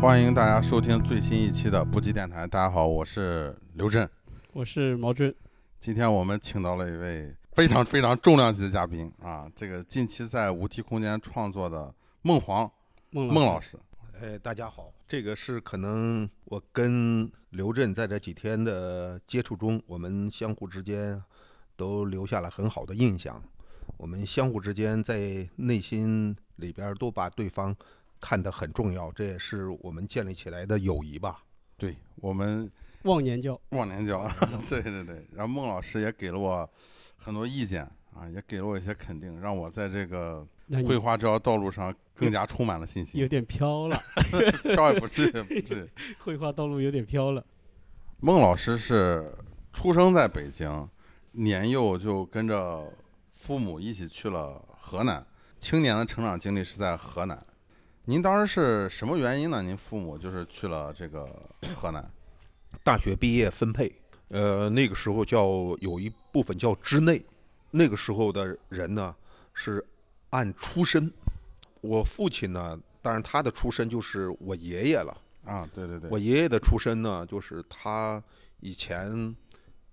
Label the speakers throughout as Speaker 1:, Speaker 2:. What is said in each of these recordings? Speaker 1: 欢迎大家收听最新一期的不羁电台。大家好，我是刘震。
Speaker 2: 我是毛军，
Speaker 1: 今天我们请到了一位非常非常重量级的嘉宾啊，这个近期在无题空间创作的孟黄
Speaker 2: 孟
Speaker 1: 孟老师。
Speaker 3: 哎，大家好，这个是可能我跟刘震在这几天的接触中，我们相互之间都留下了很好的印象。我们相互之间在内心里边都把对方看得很重要，这也是我们建立起来的友谊吧。
Speaker 1: 对我们
Speaker 2: 忘年交，
Speaker 1: 忘年交， 对对对。然后孟老师也给了我很多意见啊，也给了我一些肯定，让我在这个
Speaker 2: 那你
Speaker 1: 绘画这条道路上更加充满了信
Speaker 2: 嗯有
Speaker 1: 心。
Speaker 2: 点飘 了，
Speaker 1: 飘也不至于，不至于。
Speaker 2: 绘画道路有点飘了。
Speaker 1: 孟老师是出生在北京，年幼就跟着父母一起去了河南，青年的成长经历是在河南。您当时是什么原因呢？您父母就是去了这个河南，
Speaker 3: 大学毕业分配，呃，那个时候叫有一部分叫支内，那个时候的人呢是按出身。我父亲呢，当然他的出身就是我爷爷了。
Speaker 1: 啊，对对对，
Speaker 3: 我爷爷的出身呢，就是他以前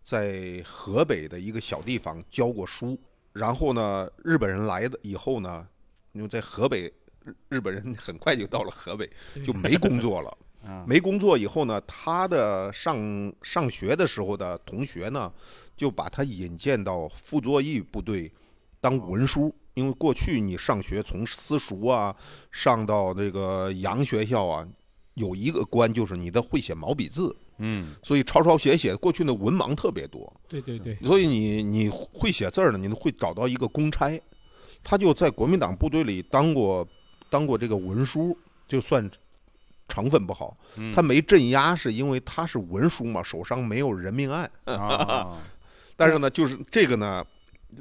Speaker 3: 在河北的一个小地方教过书，然后呢，日本人来的以后呢，因为在河北，日日本人很快就到了河北，就没工作了。
Speaker 1: 啊，
Speaker 3: 没工作以后呢，他的上上学的时候的同学呢，就把他引荐到傅作义部队当文书，因为过去你上学从私塾啊上到这个洋学校啊，有一个关就是你的会写毛笔字，
Speaker 1: 嗯，
Speaker 3: 所以抄抄写写，过去那文盲特别多，
Speaker 2: 对对对，
Speaker 3: 所以你你会写字儿呢，你会找到一个公差，他就在国民党部队里当过当过这个文书，就算成分不好。
Speaker 1: 嗯
Speaker 3: 他没镇压是因为他是文书嘛，手上没有人命案。
Speaker 1: 啊，
Speaker 3: 但是呢，就是这个呢，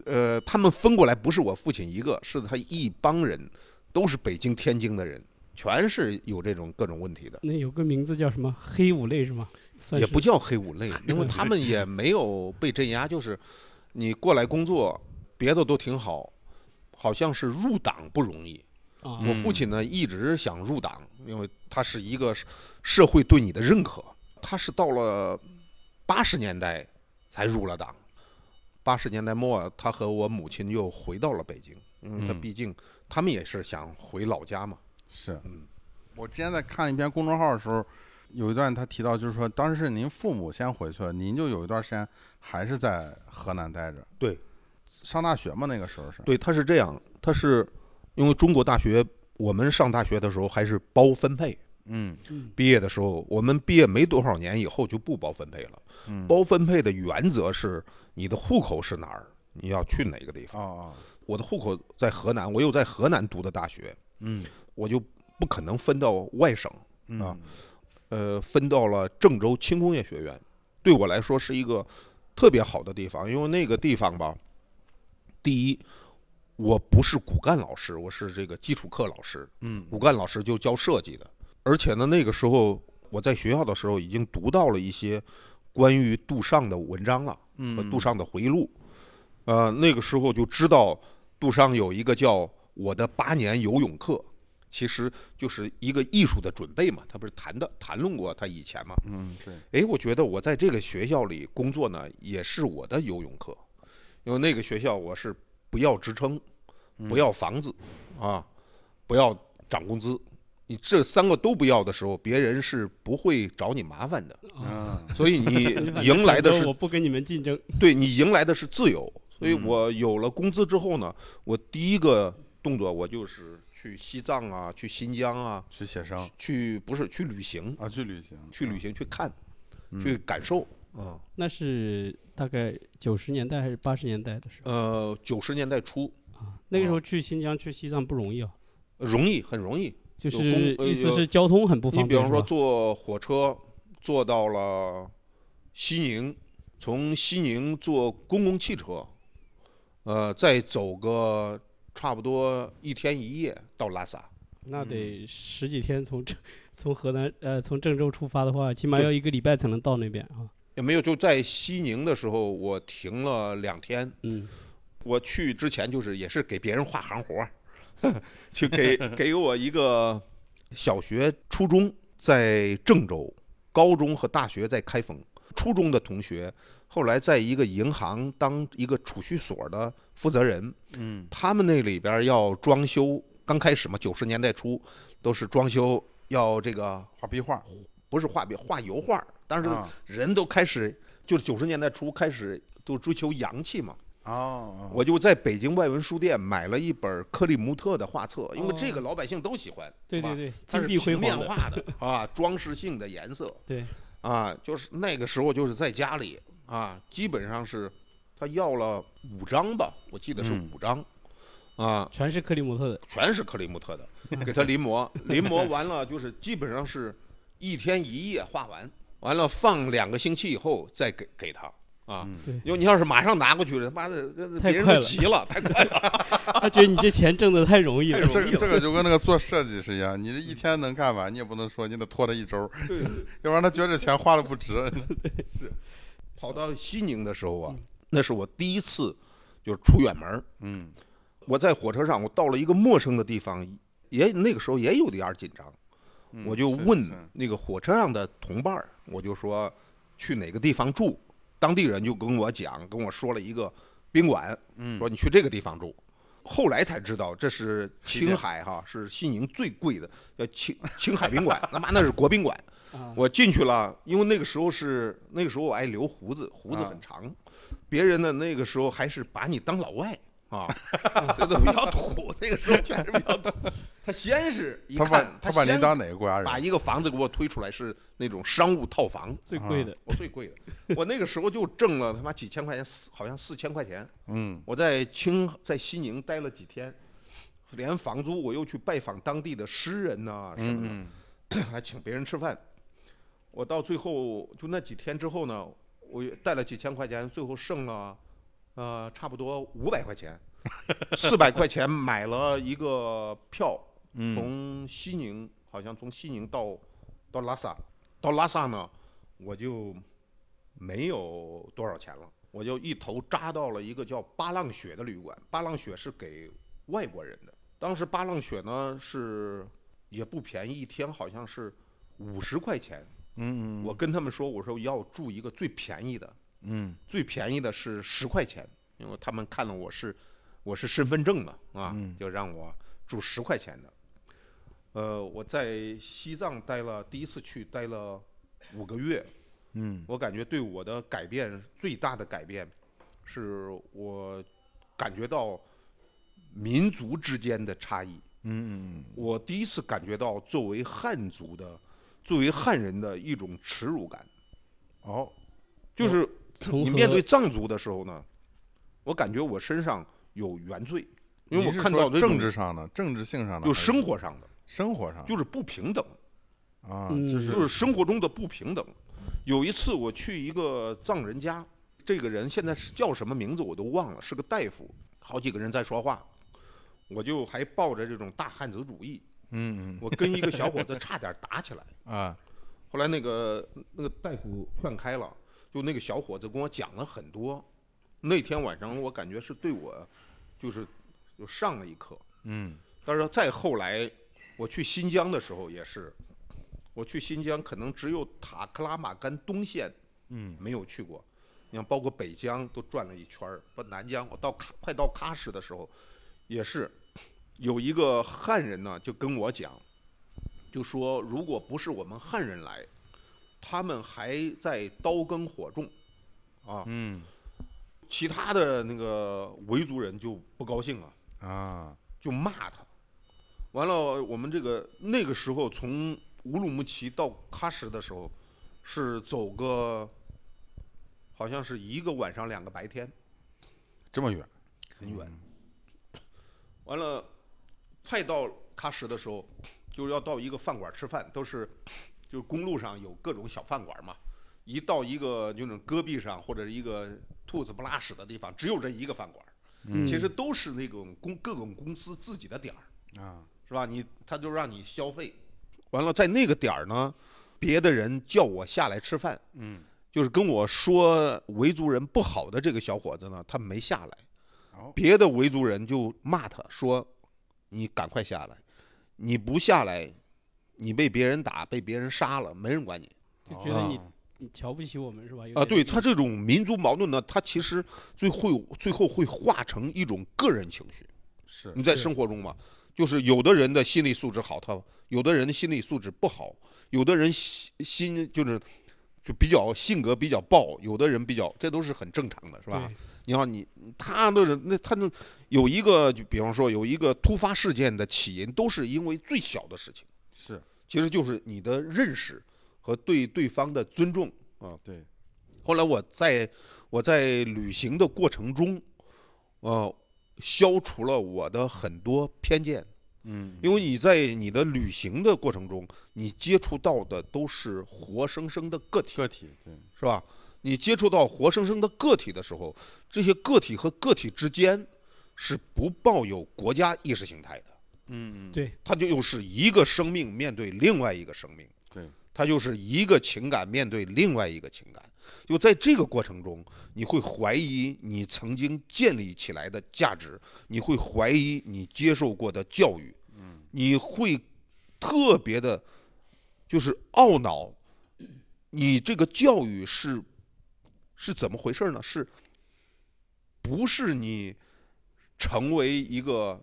Speaker 3: 呃，他们分过来不是我父亲一个，是他一帮人，都是北京、天津的人，全是有这种各种问题的，
Speaker 2: 那有个名字叫什么黑五类是吗？算
Speaker 3: 也
Speaker 2: 是
Speaker 3: 不叫黑五类，因 为他们也没有被镇压，就是你过来工作，别的都挺好，好像是入党不容易。
Speaker 2: 啊，
Speaker 1: 嗯
Speaker 3: 我父亲呢一直想入党，因为他是一个社社会对你的认可。他是到了八十年代才入了党。八十年代末，他和我母亲又回到了北京，因为他
Speaker 1: 嗯
Speaker 3: 毕竟他们也是想回老家嘛。
Speaker 1: 是
Speaker 3: 嗯，
Speaker 1: 我之前在看一篇公众号的时候，有一段他提到，就是说当时是您父母先回去了，您就有一段时间还是在河南待着。
Speaker 3: 对，
Speaker 1: 上大学嘛，那个时候是。
Speaker 3: 对，他是这样，他是因为中国大学，我们上大学的时候还是包分配，
Speaker 1: 嗯
Speaker 2: 嗯
Speaker 3: 毕业的时候，我们毕业没多少年以后就不包分配了。
Speaker 1: 嗯，
Speaker 3: 包分配的原则是你的户口是哪儿，你要去哪个地方。
Speaker 1: 哦哦，
Speaker 3: 我的户口在河南，我又在河南读的大学，
Speaker 1: 嗯
Speaker 3: 我就不可能分到外省，
Speaker 1: 嗯
Speaker 3: 啊呃，分到了郑州轻工业学院，对我来说是一个特别好的地方，因为那个地方吧，第一，我不是骨干老师，我是这个基础课老师，
Speaker 1: 嗯
Speaker 3: 骨干老师就教设计的，而且呢，那个时候我在学校的时候已经读到了一些关于杜尚的文章了。和
Speaker 1: 嗯，
Speaker 3: 杜尚的回忆录。呃，那个时候就知道杜尚有一个叫《我的八年游泳课》，其实就是一个艺术的准备嘛。他不是谈的谈论过他以前嘛？
Speaker 1: 嗯对，
Speaker 3: 诶，我觉得我在这个学校里工作呢，也是我的游泳课，因为那个学校我是不要职称，不要房子，啊，不要涨工资。你这三个都不要的时候，别人是不会找你麻烦的，
Speaker 2: 啊，
Speaker 1: 嗯
Speaker 3: 所以你
Speaker 2: 你反正
Speaker 3: 迎来的
Speaker 2: 说
Speaker 3: 是
Speaker 2: 我不跟你们竞争，
Speaker 3: 对你迎来的是自由。所以
Speaker 1: 嗯
Speaker 3: 我有了工资之后呢，我第一个动作我就是去西藏啊，去新疆啊，
Speaker 1: 去写生
Speaker 3: 去不是去旅行，
Speaker 1: 啊，去旅行，
Speaker 3: 去旅行去看，去感受。嗯，
Speaker 2: 那是大概九十年代还是八十年代的时候
Speaker 3: 呃，九十年代初
Speaker 2: 啊？那个时候去新疆、去西藏不容易啊，
Speaker 3: 容易，很容易。
Speaker 2: 就
Speaker 3: 有
Speaker 2: 是
Speaker 3: 公呃
Speaker 2: 意思
Speaker 3: 有
Speaker 2: 是交通很不
Speaker 3: 你
Speaker 2: 方便。
Speaker 3: 比
Speaker 2: 是
Speaker 3: 方说
Speaker 2: 吧，
Speaker 3: 坐火车坐到了西宁，从西宁坐公共汽车，呃，再走个差不多一天一夜到拉萨。嗯
Speaker 2: 那得十几天从郑 从河南呃从郑州出发的话，起码要一个礼拜才能到那边啊。
Speaker 3: 也没有，就在西宁的时候，我停了两天。
Speaker 2: 嗯，
Speaker 3: 我去之前就是也是给别人画行活儿，去给给我一个小学、初中在郑州，高中和大学在开封，初中的同学后来在一个银行当一个储蓄所的负责人，
Speaker 1: 嗯，
Speaker 3: 他们那里边要装修，刚开始嘛，九十年代初都是装修要这个
Speaker 1: 啊画壁画，
Speaker 3: 不是画笔画油画儿，当时
Speaker 1: 啊
Speaker 3: 人都开始就是九十年代初开始都追求洋气嘛，
Speaker 1: 哦，
Speaker 3: 我就在北京外文书店买了一本克里姆特的画册，因为这个老百姓都喜欢，
Speaker 2: 对
Speaker 3: 是吧
Speaker 2: 对，对，
Speaker 3: 它
Speaker 2: 金
Speaker 3: 是
Speaker 2: 碧辉
Speaker 3: 平面
Speaker 2: 煌的，
Speaker 3: 画的 啊，装饰性的颜色
Speaker 2: 对，
Speaker 3: 啊，就是那个时候就是在家里啊，基本上是他要了五张吧，我记得是
Speaker 1: 嗯
Speaker 3: 五张。啊，
Speaker 2: 全是克里姆特的，
Speaker 3: 全是克里姆 特的，给他临摹，临摹完了就是基本上是一天一夜画完，完了放两个星期以后再给给他啊
Speaker 1: 嗯。
Speaker 2: 对
Speaker 3: 因为你要是马上拿过去，他妈的这这
Speaker 2: 太
Speaker 3: 别人
Speaker 2: 快
Speaker 3: 都
Speaker 2: 了
Speaker 3: 急了，太快了。
Speaker 2: 他觉得你这钱挣的太容易了
Speaker 3: 太，容
Speaker 1: 这个
Speaker 3: 易了
Speaker 1: 这个就跟那个做设计是一样，你这一天能干完，你也不能说你得拖他一周，
Speaker 3: 对
Speaker 1: 要不然他觉得钱花的不值。
Speaker 3: 跑到西宁的时候啊
Speaker 2: 嗯，
Speaker 3: 那是我第一次就是出远门儿。
Speaker 1: 嗯
Speaker 3: 我在火车上，我到了一个陌生的地方，也那个时候也有点儿紧张，
Speaker 1: 嗯
Speaker 3: 我就是问
Speaker 1: 是
Speaker 3: 那个火车上的同伴儿，我就说去哪个地方住，当地人就跟我讲，跟我说了一个宾馆，
Speaker 1: 嗯
Speaker 3: 说你去这个地方住。后来才知道这是
Speaker 1: 起点
Speaker 3: 青海哈，是西宁最贵的，叫青青海宾馆，他妈那是国 宾馆。
Speaker 1: 嗯
Speaker 2: 啊，
Speaker 3: 我进去了，因为那个时候是那个时候我爱留胡子，胡子
Speaker 1: 啊
Speaker 3: 很长，别人呢那个时候还是把你当老外 啊，觉得比较土，那个时候确实比较土。他先是一
Speaker 1: 他把
Speaker 3: 看，
Speaker 1: 他把您
Speaker 3: 先
Speaker 1: 当哪个国家
Speaker 3: 把
Speaker 1: 人？
Speaker 3: 一个房子给我推出来是那种商务套房，
Speaker 2: 最贵的，
Speaker 3: 我最贵的，我那个时候就挣了他妈几千块钱，四好像四千块钱。
Speaker 1: 嗯
Speaker 3: 我在青在西宁待了几天，连房租我又去拜访当地的诗人呐、什么的。
Speaker 1: 嗯
Speaker 3: 还请别人吃饭。我到最后就那几天之后呢，我也带了几千块钱，最后剩了，呃，差不多五百块钱，四百块钱买了一个票，
Speaker 1: 嗯
Speaker 3: 从西宁，好像从西宁到到拉萨，到拉萨呢，我就没有多少钱了，我就一头扎到了一个叫巴浪雪的旅馆。巴浪雪是给外国人的，当时巴浪雪呢是也不便宜，一天好像是五十块钱。
Speaker 1: 嗯嗯
Speaker 3: 我跟他们说，我说要住一个最便宜的，
Speaker 1: 嗯
Speaker 3: 最便宜的是十块钱，因为他们看了我是我是身份证了啊，
Speaker 1: 嗯
Speaker 3: 就让我住十块钱的。呃，我在西藏待了，第一次去待了五个月，
Speaker 1: 嗯
Speaker 3: 我感觉对我的改变最大的改变，是我感觉到民族之间的差异。
Speaker 1: 嗯
Speaker 3: 我第一次感觉到作为汉族的，作为汉人的一种耻辱感，
Speaker 1: 哦
Speaker 3: 就是
Speaker 2: 从
Speaker 3: 你
Speaker 2: 何
Speaker 3: 面对藏族的时候呢，我感觉我身上有原罪，因为我
Speaker 1: 你是
Speaker 3: 看
Speaker 1: 说
Speaker 3: 到这种
Speaker 1: 政治上的、政治性上的，
Speaker 3: 就
Speaker 1: 还是
Speaker 3: 生活上的，
Speaker 1: 生活上
Speaker 3: 就是不平等，
Speaker 1: 啊，
Speaker 2: 嗯
Speaker 1: 就是
Speaker 3: 就是生活中的不平等。有一次我去一个藏人家，这个人现在是叫什么名字我都忘了，是个大夫，好几个人在说话，我就还抱着这种大汉族主义，
Speaker 1: 嗯
Speaker 3: 我跟一个小伙子差点打起来。
Speaker 1: 嗯啊
Speaker 3: 后来那个那个大夫劝开了，就那个小伙子跟我讲了很多。那天晚上我感觉是对我，就是就上了一课。
Speaker 1: 嗯
Speaker 3: 但是再后来，我去新疆的时候也是，我去新疆可能只有塔克拉玛干东线
Speaker 1: 嗯
Speaker 3: 没有去过，你看包括北疆都转了一圈儿，不南疆，我到喀快到喀什的时候，也是有一个汉人呢就跟我讲，就说如果不是我们汉人来，他们还在刀耕火种，啊，
Speaker 1: 嗯
Speaker 3: 其他的那个维族人就不高兴了。
Speaker 1: 啊
Speaker 3: 就骂他。完了，我们这个那个时候从乌鲁木齐到喀什的时候，是走个好像是一个晚上两个白天，
Speaker 1: 这么远，
Speaker 3: 很
Speaker 1: 嗯
Speaker 3: 远。完了，快到喀什的时候，就是要到一个饭馆吃饭，都是就是公路上有各种小饭馆嘛。一到一个就那种戈壁上或者一个兔子不拉屎的地方，只有这一个饭馆，
Speaker 2: 嗯
Speaker 3: 其实都是那种公各种公司自己的点儿。
Speaker 1: 啊
Speaker 3: 是吧？你他就让你消费，完了在那个点儿呢，别的人叫我下来吃饭，
Speaker 1: 嗯
Speaker 3: 就是跟我说维族人不好的这个小伙子呢，他没下来，
Speaker 1: 哦
Speaker 3: 别的维族人就骂他说：“你赶快下来，你不下来，你被别人打、被别人杀了，没人管你
Speaker 2: 就嗯觉得你
Speaker 1: 哦
Speaker 2: 你瞧不起我们是吧？有
Speaker 3: 啊。
Speaker 2: 点
Speaker 3: 对他这种民族矛盾呢，他其实最会最后会化成一种个人情绪。
Speaker 1: 是
Speaker 3: 你在
Speaker 2: 是
Speaker 3: 生活中嘛，就是有的人的心理素质好，他有的人的心理素质不好，有的人心心就是就比较性格比较暴，有的人比较，这都是很正常的，是吧？？你看你他那是那他那有一个就比方说有一个突发事件的起因，都是因为最小的事情，
Speaker 1: 是，
Speaker 3: 其实就是你的认识和对对方的尊重啊。
Speaker 1: 对，
Speaker 3: 后来我在我在旅行的过程中，呃，消除了我的很多偏见，
Speaker 1: 嗯，
Speaker 3: 因为你在你的旅行的过程中，你接触到的都是活生生的个体，
Speaker 1: 个体对，
Speaker 3: 是吧？你接触到活生生的个体的时候，这些个体和个体之间是不抱有国家意识形态的，
Speaker 1: 嗯
Speaker 2: 对
Speaker 3: 它就又是一个生命面对另外一个生命。
Speaker 1: 对，
Speaker 3: 它就是一个情感面对另外一个情感。就在这个过程中，你会怀疑你曾经建立起来的价值，你会怀疑你接受过的教育，你会特别的，就是懊恼，你这个教育是是怎么回事呢？是不是你成为一个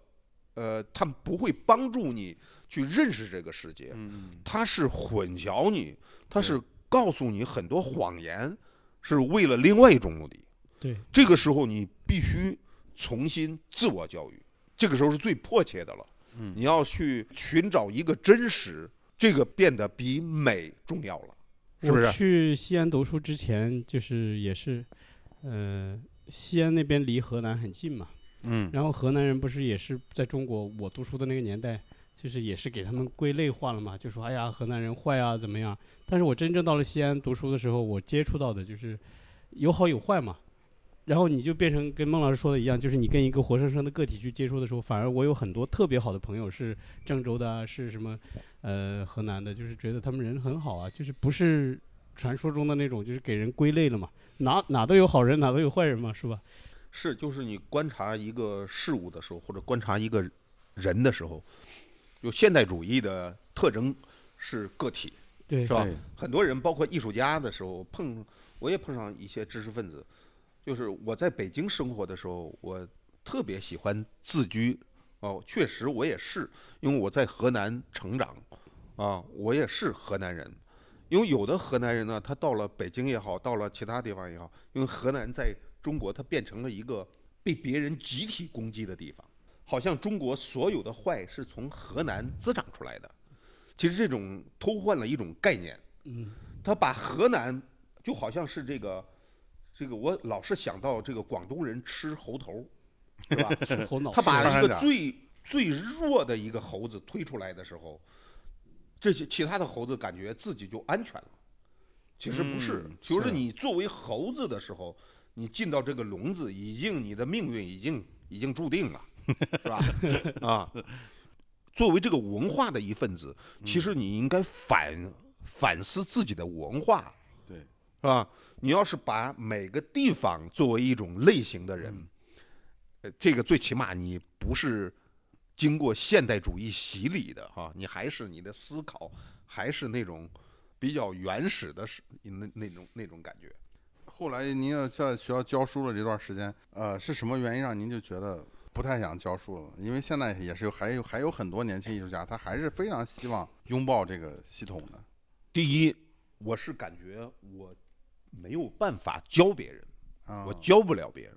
Speaker 3: 呃，他们不会帮助你去认识这个世界，
Speaker 1: 嗯
Speaker 3: 他是混淆你，他
Speaker 1: 对
Speaker 3: 是告诉你很多谎言，是为了另外一种目的。
Speaker 2: 对，
Speaker 3: 这个时候你必须重新自我教育，这个时候是最迫切的了。
Speaker 1: 嗯
Speaker 3: 你要去寻找一个真实，这个变得比美重要了，是不
Speaker 2: 我
Speaker 3: 是？
Speaker 2: 去西安读书之前，就是也是，呃，西安那边离河南很近嘛，
Speaker 1: 嗯，
Speaker 2: 然后河南人不是也是在中国我读书的那个年代，就是也是给他们归类化了嘛，就说哎呀河南人坏啊怎么样？但是我真正到了西安读书的时候，我接触到的就是有好有坏嘛。然后你就变成跟孟老师说的一样，就是你跟一个活生生的个体去接触的时候，反而我有很多特别好的朋友是郑州的啊，是什么呃河南的，就是觉得他们人很好啊，就是不是传说中的那种，就是给人归类了嘛，哪哪都有好人，哪都有坏人嘛，是吧？
Speaker 3: 是，就是你观察一个事物的时候，或者观察一个人的时候，有现代主义的特征是个体，
Speaker 2: 对
Speaker 3: 是吧
Speaker 1: 对？
Speaker 3: 很多人，包括艺术家的时候，碰我也碰上一些知识分子，就是我在北京生活的时候，我特别喜欢自居。哦，确实我也是，因为我在河南成长，啊，我也是河南人。因为有的河南人呢，他到了北京也好，到了其他地方也好，因为河南在中国，它变成了一个被别人集体攻击的地方，好像中国所有的坏是从河南滋长出来的。其实这种偷换了一种概念，
Speaker 2: 嗯，
Speaker 3: 他把河南就好像是这个，这个我老是想到这个广东人吃猴头，是吧？
Speaker 2: 猴脑
Speaker 3: 他
Speaker 1: 上
Speaker 3: 把
Speaker 1: 海
Speaker 3: 一个
Speaker 1: 点儿
Speaker 3: 最最弱的一个猴子推出来的时候，这些其他的猴子感觉自己就安全了，其实不是，
Speaker 1: 嗯
Speaker 3: 就是
Speaker 1: 是
Speaker 3: 你作为猴子的时候，你进到这个笼子，已经你的命运已经已经注定了，是吧？ 啊，作为这个文化的一份子，其
Speaker 1: 嗯
Speaker 3: 实你应该反反思自己的文化，
Speaker 1: 对，
Speaker 3: 是吧？你要是把每个地方作为一种类型的
Speaker 1: 嗯
Speaker 3: 人，呃，这个最起码你不是经过现代主义洗礼的哈、你还是你的思考还是那种比较原始的是那那种那种感觉。
Speaker 1: 后来您要在学校教书的这段时间，呃，是什么原因让您就觉得不太想教书了？因为现在也是有还有还有很多年轻艺术家，他还是非常希望拥抱这个系统的。
Speaker 3: 第一，我是感觉我没有办法教别人，
Speaker 1: 啊，
Speaker 3: 我教不了别人。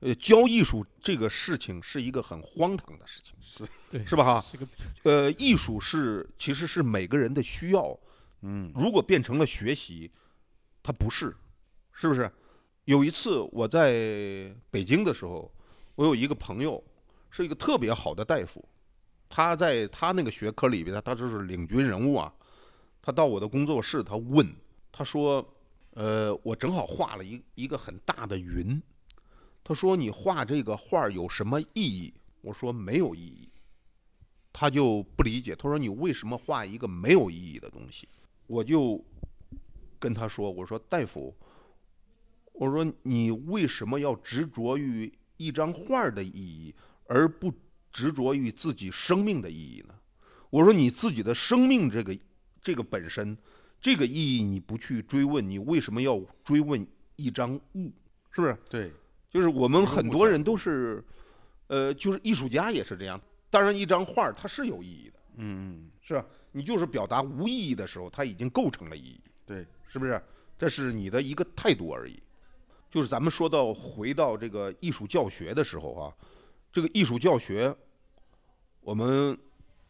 Speaker 3: 呃，教艺术这个事情是一个很荒唐的事情，
Speaker 1: 是
Speaker 2: 对
Speaker 3: 是吧？哈，
Speaker 2: 是个
Speaker 3: 呃，艺术是其实是每个人的需要，
Speaker 1: 嗯
Speaker 3: 如果变成了学习，它不是，是不是？有一次我在北京的时候，我有一个朋友，是一个特别好的大夫，他在他那个学科里边，他他就是领军人物啊。他到我的工作室，他问，他说：“呃，我正好画了一一个很大的云。”他说：“你画这个画儿有什么意义？”我说：“没有意义。”他就不理解，他说：“你为什么画一个没有意义的东西？”我就跟他说：“我说大夫，我说你为什么要执着于一张画儿的意义，而不执着于自己生命的意义呢？”我说你自己的生命这个这个本身，这个意义你不去追问，你为什么要追问一张物？是不是？
Speaker 1: 对，
Speaker 3: 就是我们
Speaker 1: 一个
Speaker 3: 很
Speaker 1: 物
Speaker 3: 多
Speaker 1: 件
Speaker 3: 人都是，呃，就是艺术家也是这样。当然，一张画儿它是有意义的，
Speaker 1: 嗯，
Speaker 3: 是吧？你就是表达无意义的时候，它已经构成了意义。
Speaker 1: 对，
Speaker 3: 是不是？这是你的一个态度而已。就是咱们说到回到这个艺术教学的时候啊，这个艺术教学，我们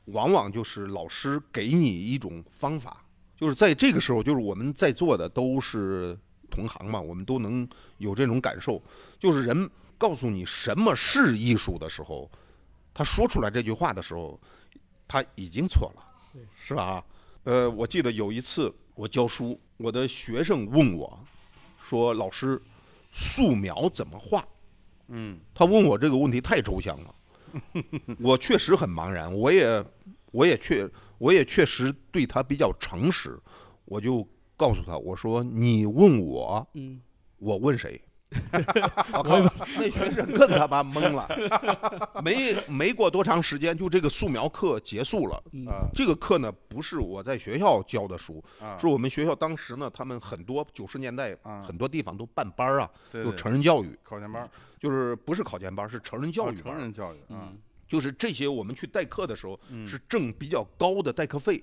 Speaker 3: 往往就是老师给你一种方法，就是在这个时候，就是我们在座的都是同行嘛，我们都能有这种感受，就是人告诉你什么是艺术的时候，他说出来这句话的时候，他已经错了
Speaker 2: 对，
Speaker 3: 是吧？呃，我记得有一次我教书，我的学生问我，说老师，素描怎么画？
Speaker 1: 嗯，
Speaker 3: 他问我这个问题太抽象了，我确实很茫然，我也，我也确，我也确实对他比较诚实，我就告诉他，我说你问我，
Speaker 2: 嗯，
Speaker 3: 我问谁？我靠，那学生更他妈懵了，没没过多长时间，就这个素描课结束了。
Speaker 2: 嗯
Speaker 1: 啊
Speaker 3: 这个课呢，不是我在学校教的书，
Speaker 1: 啊，
Speaker 3: 是我们学校当时呢，他们很多九十年代
Speaker 1: 啊
Speaker 3: 很多地方都办班儿啊，
Speaker 1: 对
Speaker 3: 有
Speaker 1: 对，
Speaker 3: 成人教育，
Speaker 1: 考前班儿，
Speaker 3: 就是不是考前班儿，是成人教
Speaker 1: 哦
Speaker 3: 育班
Speaker 1: 成
Speaker 3: 儿。
Speaker 1: 人教育啊，
Speaker 2: 嗯
Speaker 3: 就是这些我们去代课的时候
Speaker 1: 嗯
Speaker 3: 是挣比较高的代课费，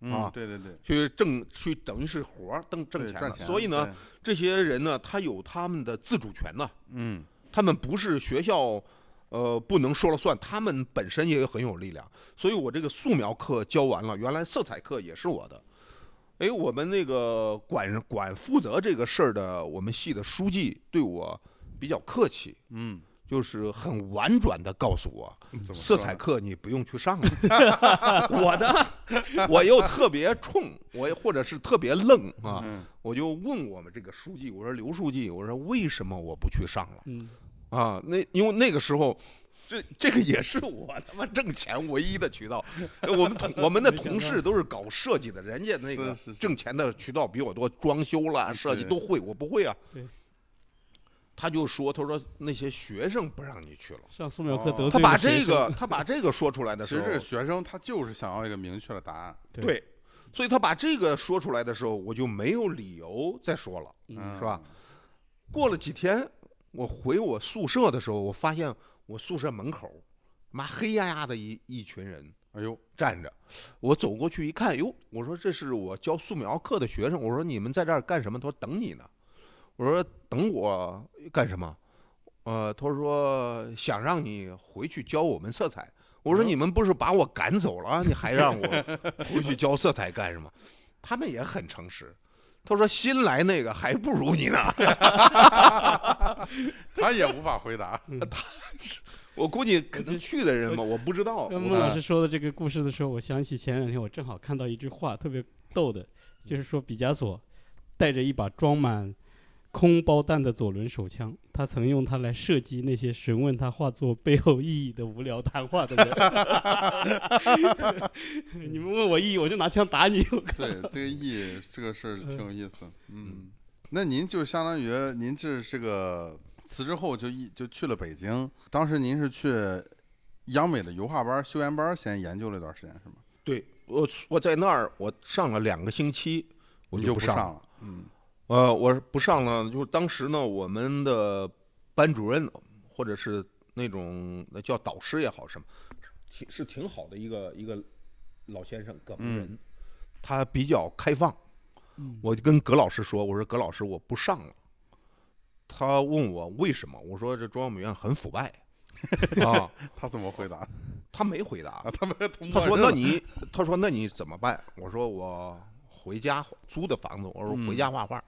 Speaker 3: 啊
Speaker 1: 嗯，对对对，
Speaker 3: 去挣去等于是活儿挣挣
Speaker 1: 对
Speaker 3: 钱
Speaker 1: 赚
Speaker 3: 的
Speaker 1: 钱，
Speaker 3: 所以呢，
Speaker 1: 对，
Speaker 3: 这些人呢，他有他们的自主权呐、
Speaker 1: 嗯，
Speaker 3: 他们不是学校，呃，不能说了算，他们本身也很有力量。所以我这个素描课教完了，原来色彩课也是我的。哎，我们那个管管负责这个事儿的，我们系的书记对我比较客气，
Speaker 1: 嗯，
Speaker 3: 就是很婉转的告诉我，
Speaker 1: 怎么
Speaker 3: 色
Speaker 1: 说
Speaker 3: 彩
Speaker 1: 呢
Speaker 3: 课你不用去上了。 我呢，我又特别冲，我或者是特别愣啊，
Speaker 1: 嗯
Speaker 3: 我就问我们这个书记，我说刘书记，我说为什么我不去上了？
Speaker 2: 嗯，
Speaker 3: 啊，那因为那个时候，这这个也是我他妈挣钱唯一的渠道。我们同我们的
Speaker 2: 没想
Speaker 3: 同
Speaker 2: 到
Speaker 3: 事都是搞设计的，人家那个
Speaker 1: 是是是
Speaker 3: 挣钱的渠道比我多，装修啦、设计
Speaker 1: 对
Speaker 3: 都会，我不会啊。
Speaker 2: 对。
Speaker 3: 他就说：“他说那些学生不让你去了。
Speaker 2: 上素描课
Speaker 1: 哦
Speaker 2: 得罪
Speaker 3: 他把
Speaker 2: 了学
Speaker 3: 这
Speaker 2: 生
Speaker 3: 个他把这个说出来的
Speaker 1: 其
Speaker 3: 时候
Speaker 1: 实，这个学生他就是想要一个明确的答案，
Speaker 2: 对
Speaker 3: 对，所以他把这个说出来的时候，我就没有理由再说了。
Speaker 1: 嗯，
Speaker 3: 是吧？过了几天，我回我宿舍的时候，我发现我宿舍门口，妈黑压压的一一群人
Speaker 1: 哎呦，
Speaker 3: 站着。我走过去一看，哟，我说这是我教素描课的学生。我说你们在这儿干什么？他说等你呢。我说等我干什么？呃，他说想让你回去教我们色彩。我说
Speaker 1: 嗯
Speaker 3: 你们不是把我赶走了，你还让我回去教色彩干什么？他们也很诚实。他说新来那个还不如你呢。
Speaker 1: 他也无法回答，
Speaker 3: 我估计可能去的人嘛，我不知道。
Speaker 2: 跟孟
Speaker 3: 我
Speaker 2: 老师说的这个故事的时候，我想起前两天我正好看到一句话，特别逗的，就是说毕加索带着一把装满空包弹的左轮手枪，他曾用它来射击那些询问他画作背后意义的无聊谈话的人。 你们问我意义，我就拿枪打你。我 靠
Speaker 1: 对，这个意义这个事儿挺有意思。嗯，那您就相当于您是这个辞职后就一就去了北京，当时您是去央美的油画班儿、修研班儿先研究了一段时间，是吗？
Speaker 3: 对我我在那儿我上了两个星期，我
Speaker 1: 你就
Speaker 3: 不
Speaker 1: 上
Speaker 3: 了。
Speaker 1: 了。嗯
Speaker 3: 呃，我不上了，就是当时呢，我们的班主任或者是那种那叫导师也好什么，挺是挺好的一个一个老先生葛明仁，他比较开放。
Speaker 2: 嗯
Speaker 3: 我就跟葛老师说，我说葛老师我不上了。他问我为什么，我说这中央美院很腐败啊，
Speaker 1: 他怎么回答？
Speaker 3: 他没回答。
Speaker 1: 啊，他 们同
Speaker 3: 他
Speaker 1: 默
Speaker 3: 说：“
Speaker 1: 认
Speaker 3: 那
Speaker 1: 了
Speaker 3: 你，他说那你怎么办？”我说：“我回家租的房子，我说
Speaker 1: 嗯
Speaker 3: 回家画画。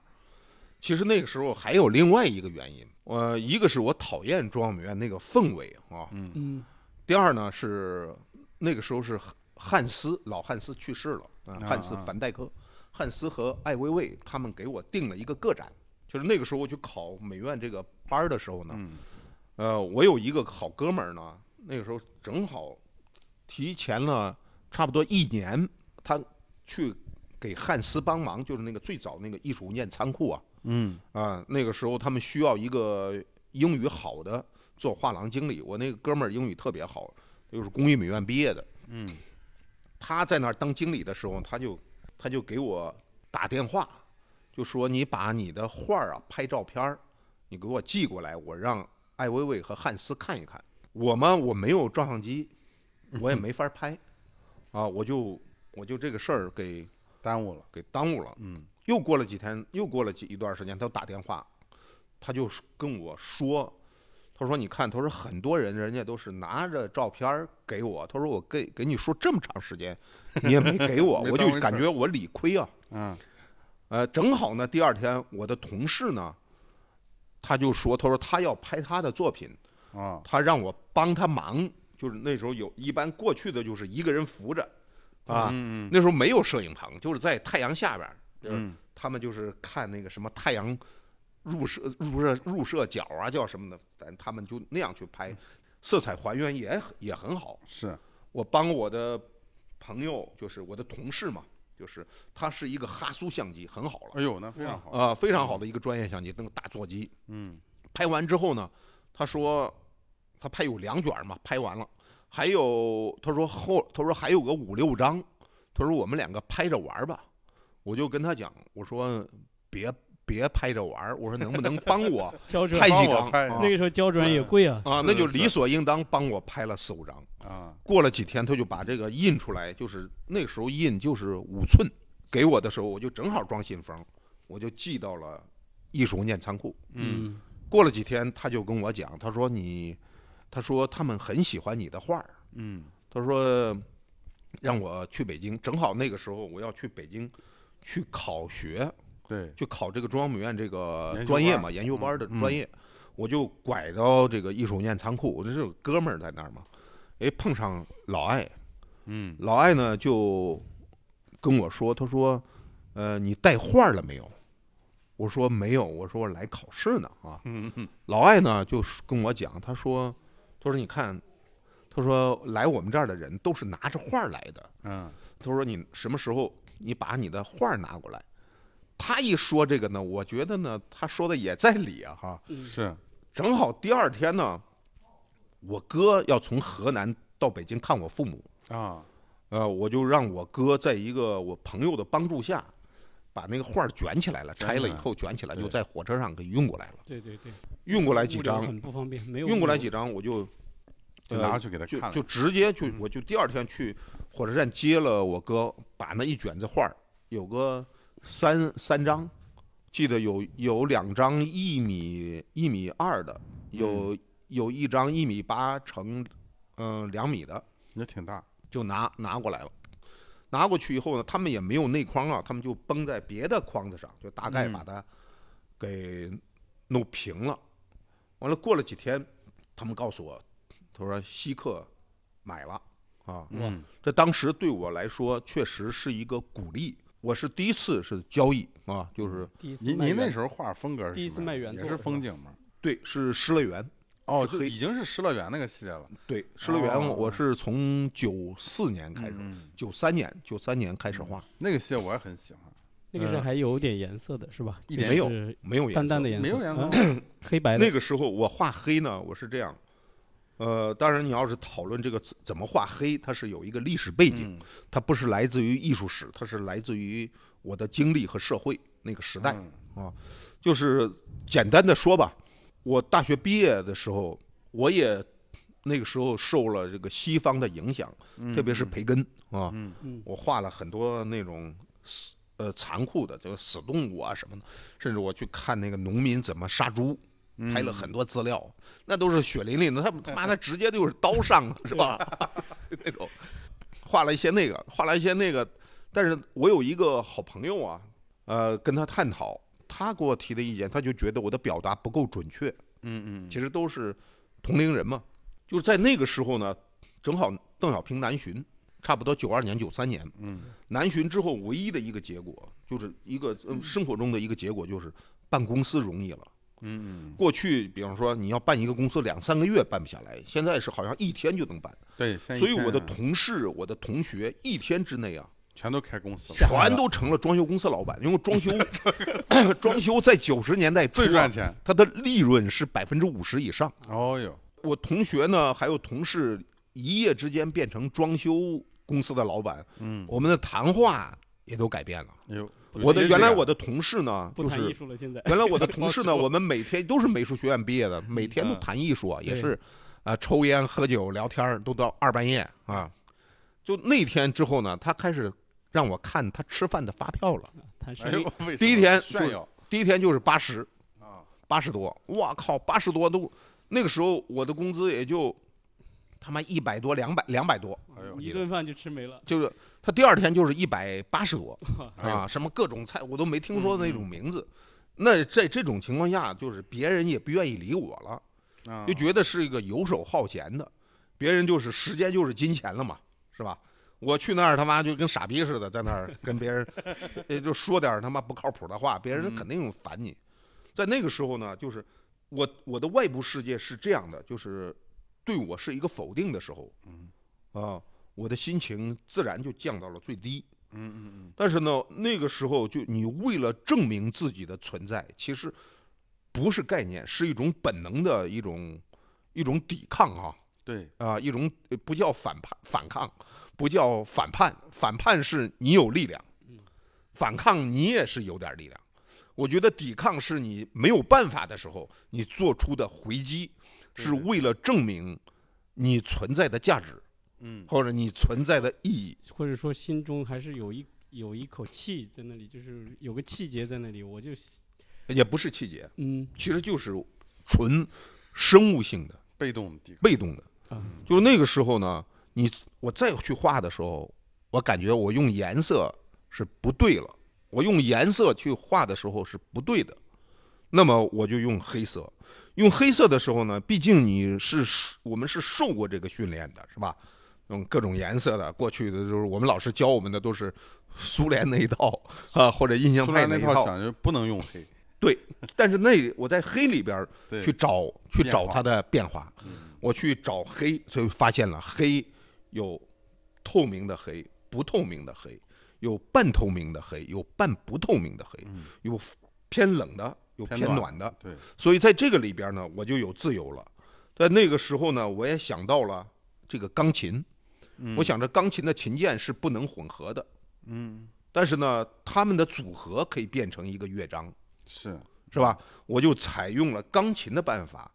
Speaker 3: 其实那个时候还有另外一个原因，呃，一个是我讨厌中央美院那个氛围啊，
Speaker 1: 嗯
Speaker 2: 嗯，
Speaker 3: 第二呢是那个时候是汉斯老汉斯去世了啊，
Speaker 1: 啊
Speaker 3: 汉斯
Speaker 1: 啊
Speaker 3: 凡戴克、汉斯和艾薇薇他们给我定了一个个展，就是那个时候我去考美院这个班儿的时候呢，
Speaker 1: 嗯
Speaker 3: 呃，我有一个好哥们儿呢，那个时候正好提前了差不多一年，他去给汉斯帮忙，就是那个最早那个艺术文件仓库啊
Speaker 1: 嗯
Speaker 3: 啊、那个时候他们需要一个英语好的做画廊经理，我那个哥们儿英语特别好，就是工艺美院毕业的，
Speaker 1: 嗯
Speaker 3: 他在那儿当经理的时候，他就他就给我打电话，就说你把你的画儿啊拍照片儿，你给我寄过来，我让艾薇薇和汉斯看一看。我嘛，我没有照相机，我也没法拍，啊，我就我就这个事儿给
Speaker 1: 耽误了，
Speaker 3: 给耽误了。
Speaker 1: 嗯，
Speaker 3: 又过了几天，又过了几一段时间，他打电话，他就说跟我说，他说你看，他说很多人人家都是拿着照片儿给我，他说我给给你说这么长时间，你也没给 我，
Speaker 1: 没
Speaker 3: 我
Speaker 1: 当
Speaker 3: 就
Speaker 1: 回
Speaker 3: 感
Speaker 1: 事儿
Speaker 3: 觉我理亏啊。
Speaker 1: 嗯，
Speaker 3: 呃，正好呢，第二天我的同事呢，他就说，他说他要拍他的作品，
Speaker 1: 啊，
Speaker 3: 他让我帮他忙，就是那时候有一般过去的就是一个人扶着，啊，
Speaker 1: 嗯
Speaker 3: 那时候没有摄影棚，就是在太阳下边儿，就是
Speaker 1: 嗯
Speaker 3: 他们就是看那个什么太阳入射、入射、入射角啊，叫什么的，咱他们就那样去拍，色彩还原也很也很好。
Speaker 1: 是，
Speaker 3: 我帮我的朋友，就是我的同事嘛，就是他是一个哈苏相机，很好了
Speaker 1: 哎呦，那非常好，
Speaker 3: 啊、非常好的一个专业相机，那个大座机。
Speaker 1: 嗯，
Speaker 3: 拍完之后呢，他说他拍有两卷儿嘛，拍完了，还有他说后他说还有个五六张，他说我们两个拍着玩儿吧，我就跟他讲，我说别别拍着玩儿，我说能不能帮我
Speaker 2: 胶转
Speaker 3: 拍
Speaker 1: 帮
Speaker 3: 几
Speaker 1: 我
Speaker 3: 张
Speaker 1: 拍
Speaker 3: 啊
Speaker 2: 那个时候胶转也贵啊，
Speaker 3: 啊？
Speaker 1: 是
Speaker 3: 那就是理所应当帮我拍了四五张。
Speaker 1: 啊，
Speaker 3: 过了几天，他就把这个印出来，就是那个时候印就是五寸，给我的时候我就正好装信封，我就寄到了艺术文件仓库。
Speaker 1: 嗯，
Speaker 3: 过了几天，他就跟我讲，他说你，他说他们很喜欢你的画儿，
Speaker 1: 嗯，
Speaker 3: 他说让我去北京，正好那个时候我要去北京去考学，
Speaker 1: 对，
Speaker 3: 去考这个中央美院这个
Speaker 1: 研究班儿嗯
Speaker 3: 专业嘛，研究班儿的专业，我就拐到这个艺术院仓库，我这是有哥们儿在那儿嘛，哎，碰上老艾，
Speaker 1: 嗯，
Speaker 3: 老艾呢就跟我说，他说，呃，你带画儿了没有？我说没有，我说我来考试呢啊。
Speaker 1: 嗯嗯
Speaker 3: 老艾呢就是跟我讲，他说，他说你看，他说来我们这儿的人都是拿着画儿来的，
Speaker 1: 嗯，
Speaker 3: 他说你什么时候你把你的画儿拿过来？他一说这个呢，我觉得呢，他说的也在理啊哈。
Speaker 2: 嗯
Speaker 1: 是，
Speaker 3: 正好第二天呢，我哥要从河南到北京看我父母，
Speaker 1: 啊，
Speaker 3: 呃，我就让我哥在一个我朋友的帮助下，把那个画儿卷起来了，
Speaker 1: 卷起
Speaker 3: 拆
Speaker 1: 来
Speaker 3: 了以后卷起来，
Speaker 1: 对
Speaker 3: 就在火车上给运过来了。
Speaker 2: 对对对，
Speaker 3: 运过来几
Speaker 2: 物流
Speaker 3: 张，
Speaker 2: 很不方便，没有
Speaker 3: 运过来
Speaker 2: 物流
Speaker 3: 几张，我就
Speaker 1: 就
Speaker 3: 呃
Speaker 1: 拿去给他
Speaker 3: 就
Speaker 1: 看了嗯
Speaker 3: 就，直接就我就第二天去火车站接了我哥，把那一卷子画儿有个三三张，记得有有两张一米一米二的，
Speaker 1: 嗯
Speaker 3: 有有一张一米八乘嗯、呃两米的，
Speaker 1: 也挺大，
Speaker 3: 就拿拿过来了。拿过去以后呢，他们也没有内框啊，他们就绷在别的框子上，就大概
Speaker 1: 嗯
Speaker 3: 把它给弄平了。完了，过了几天，他们告诉我，他说稀客买了啊。
Speaker 2: 哇
Speaker 1: 嗯，
Speaker 3: 这当时对我来说确实是一个鼓励，我是第一次是交易啊，
Speaker 1: 嗯
Speaker 3: 就是
Speaker 2: 第一次
Speaker 1: 您
Speaker 2: 卖
Speaker 1: 您那
Speaker 2: 原
Speaker 1: 时候画风格是
Speaker 2: 第一
Speaker 1: 什
Speaker 2: 次
Speaker 1: 么
Speaker 2: 卖
Speaker 1: 样
Speaker 2: 原
Speaker 1: 也
Speaker 2: 作
Speaker 1: 是
Speaker 2: 是
Speaker 1: 风
Speaker 2: 吧
Speaker 1: 景嘛，
Speaker 3: 对是失乐园，
Speaker 1: 哦，
Speaker 3: 是
Speaker 1: 就
Speaker 3: 黑
Speaker 1: 已经是失乐园那个系列了，
Speaker 3: 对失乐园，
Speaker 1: 哦
Speaker 3: 我是从九四年开始，
Speaker 1: 嗯，
Speaker 3: 九三年九三年开始画，
Speaker 1: 那个系列我也很喜欢，
Speaker 2: 那个是
Speaker 3: 嗯
Speaker 2: 还有点颜色的是吧？
Speaker 1: 一
Speaker 2: 就
Speaker 1: 点
Speaker 2: 是
Speaker 3: 没有没有颜色
Speaker 2: 淡淡的颜色，
Speaker 1: 没有嗯颜
Speaker 3: 嗯
Speaker 1: 色
Speaker 2: 啊，黑白的
Speaker 3: 那个时候我画黑呢，我是这样，呃，当然你要是讨论这个怎怎么画黑，它是有一个历史背景，
Speaker 1: 嗯
Speaker 3: 它不是来自于艺术史，它是来自于我的经历和社会那个时代。
Speaker 1: 嗯
Speaker 3: 就是简单的说吧，我大学毕业的时候，我也那个时候受了这个西方的影响，特别是培根啊，
Speaker 1: 嗯
Speaker 2: 嗯
Speaker 3: 我画了很多那种死呃残酷的，就是死动物啊什么的，甚至我去看那个农民怎么杀猪。拍了很多资料，
Speaker 1: 嗯
Speaker 3: 那都是血淋淋的，他们他妈的直接就是刀上了，是吧？那种画了一些那个，画了一些那个，但是我有一个好朋友啊，呃，跟他探讨，他给我提的意见，他就觉得我的表达不够准确。
Speaker 1: 嗯嗯
Speaker 3: 其实都是同龄人嘛，就是在那个时候呢，正好邓小平南巡，差不多九二年、九三年
Speaker 1: 嗯，
Speaker 3: 南巡之后，唯一的一个结果就是一个、
Speaker 1: 嗯
Speaker 3: 呃、生活中的一个结果就是办公司容易了。
Speaker 1: 嗯嗯，
Speaker 3: 过去，比方说你要办一个公司两三个月办不下来，现在是好像一天就能办。
Speaker 1: 对，现在
Speaker 3: 所以
Speaker 1: 一天
Speaker 3: 我的
Speaker 1: 啊
Speaker 3: 同事、我的同学一天之内啊，
Speaker 1: 全都开公司了，
Speaker 2: 吓坏
Speaker 3: 全
Speaker 2: 了
Speaker 3: 都成了装修公司老板，因 为装修装修在九十年代初
Speaker 1: 最
Speaker 3: 啊
Speaker 1: 赚钱，
Speaker 3: 它的利润是百分之五十以上。
Speaker 1: 哦哟，
Speaker 3: 我同学呢，还有同事，一夜之间变成装修公司的老板，
Speaker 1: 嗯，
Speaker 3: 我们的谈话也都改变了。
Speaker 1: 有啊
Speaker 3: 我的原来我的同事呢，
Speaker 2: 不
Speaker 3: 就
Speaker 2: 谈艺
Speaker 3: 是
Speaker 2: 术了，现在
Speaker 3: 原来我的 同事呢，
Speaker 2: 没错
Speaker 3: 我们每天都是美术学院毕业的，每天都
Speaker 1: 嗯
Speaker 3: 谈艺术，啊，也
Speaker 2: 对
Speaker 3: 是啊、抽烟喝酒聊天儿都到二半夜啊。就那天之后呢，他开始让我看他吃饭的发票了。
Speaker 2: 谈
Speaker 1: 哎
Speaker 2: 生意
Speaker 1: 呦，为什么
Speaker 3: 第一天
Speaker 1: 炫耀
Speaker 3: 第一天就是八十，
Speaker 1: 啊，
Speaker 3: 八十多，我靠，八十多都那个时候我的工资也就他妈一百多、两百、两百多，
Speaker 1: 哎呦
Speaker 2: 一顿饭就吃没了，
Speaker 3: 就是他第二天就是一百八十多
Speaker 1: 哎呦嗯
Speaker 3: 啊，什么各种菜我都没听说的那种名字。那在这种情况下，就是别人也不愿意理我了，
Speaker 1: 啊
Speaker 3: 就觉得是一个游手好闲的，别人就是时间就是金钱了嘛，是吧？我去那儿他妈就跟傻逼似的，在那儿跟别人，也就说点儿他妈不靠谱的话，别人
Speaker 1: 嗯
Speaker 3: 肯定烦你。在那个时候呢，就是我我的外部世界是这样的，就是对我是一个否定的时候
Speaker 1: 嗯
Speaker 3: 啊，我的心情自然就降到了最低。
Speaker 1: 嗯嗯
Speaker 3: 但是呢，那个时候就你为了证明自己的存在，其实不是概念，是一种本能的一种一种抵抗啊
Speaker 1: 嗯，对，
Speaker 3: 啊，一种呃不叫反叛反抗，不叫反叛，反叛是你有力量
Speaker 2: 嗯，
Speaker 3: 反抗你也是有点力量。我觉得抵抗是你没有办法的时候，你做出的回击，
Speaker 1: 对
Speaker 3: 是
Speaker 1: 对对
Speaker 3: 为了证明你存在的价值
Speaker 1: 嗯
Speaker 3: 或者你存在的意义。
Speaker 2: 或者说心中还是有一有一口气在那里，就是有个气节在那里，我就
Speaker 3: 也不是气节，
Speaker 2: 嗯
Speaker 3: 其实就是纯生物性的、
Speaker 1: 被动抵
Speaker 3: 被动的。
Speaker 2: 啊
Speaker 3: 就那个时候呢，你我再去画的时候，我感觉我用颜色是不对了，我用颜色去画的时候是不对的，那么我就用黑色。用黑色的时候呢，毕竟你是我们是受过这个训练的，是吧？用各种颜色的，过去的就是我们老师教我们的都是苏联那一套啊，或者印
Speaker 1: 抗，
Speaker 3: 象
Speaker 1: 苏
Speaker 3: 派
Speaker 1: 联
Speaker 3: 那
Speaker 1: 那套
Speaker 3: 一套。
Speaker 1: 讲究不能用黑，
Speaker 3: 但是那我在黑里边
Speaker 1: 对，
Speaker 3: 去找去
Speaker 1: 变
Speaker 3: 找
Speaker 1: 化
Speaker 3: 它的变化。
Speaker 1: 嗯
Speaker 3: 我去找黑，所以发现了黑有透明的黑，不透明的黑，有半透明的黑，有半不透明的黑，
Speaker 1: 嗯
Speaker 3: 有偏冷的，有
Speaker 1: 偏
Speaker 3: 偏
Speaker 1: 暖
Speaker 3: 暖的。
Speaker 1: 对，
Speaker 3: 所以在这个里边呢，我就有自由了。在那个时候呢，我也想到了这个钢琴，
Speaker 1: 嗯
Speaker 3: 我想着钢琴的琴键是不能混合的，
Speaker 1: 嗯
Speaker 3: 但是呢，它们的组合可以变成一个乐章。
Speaker 1: 是
Speaker 3: 是吧？我就采用了钢琴的办法，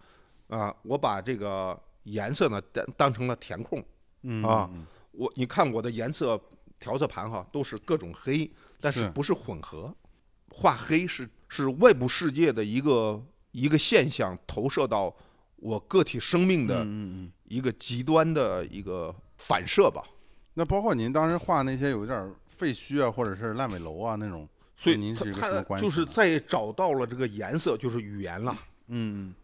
Speaker 3: 啊，我把这个颜色呢当当成了填空。
Speaker 1: 嗯
Speaker 3: 啊
Speaker 1: 嗯
Speaker 3: 我你看我的颜色调色盘哈，都是各种黑，但
Speaker 1: 是
Speaker 3: 是不是混合，画黑是是外部世界的一个一个现象投射到我个体生
Speaker 1: 嗯
Speaker 3: 命的
Speaker 1: 嗯嗯。
Speaker 3: 一个极端的一个反射吧。
Speaker 1: 那包括您当时画那些有点儿废墟啊，或者是烂尾楼啊那种，
Speaker 3: 所以
Speaker 1: 跟您是一个
Speaker 3: 它
Speaker 1: 什么
Speaker 3: 它
Speaker 1: 关系
Speaker 3: 就
Speaker 1: 呢？
Speaker 3: 是在找到了这个颜色，就是语言了。
Speaker 1: 嗯，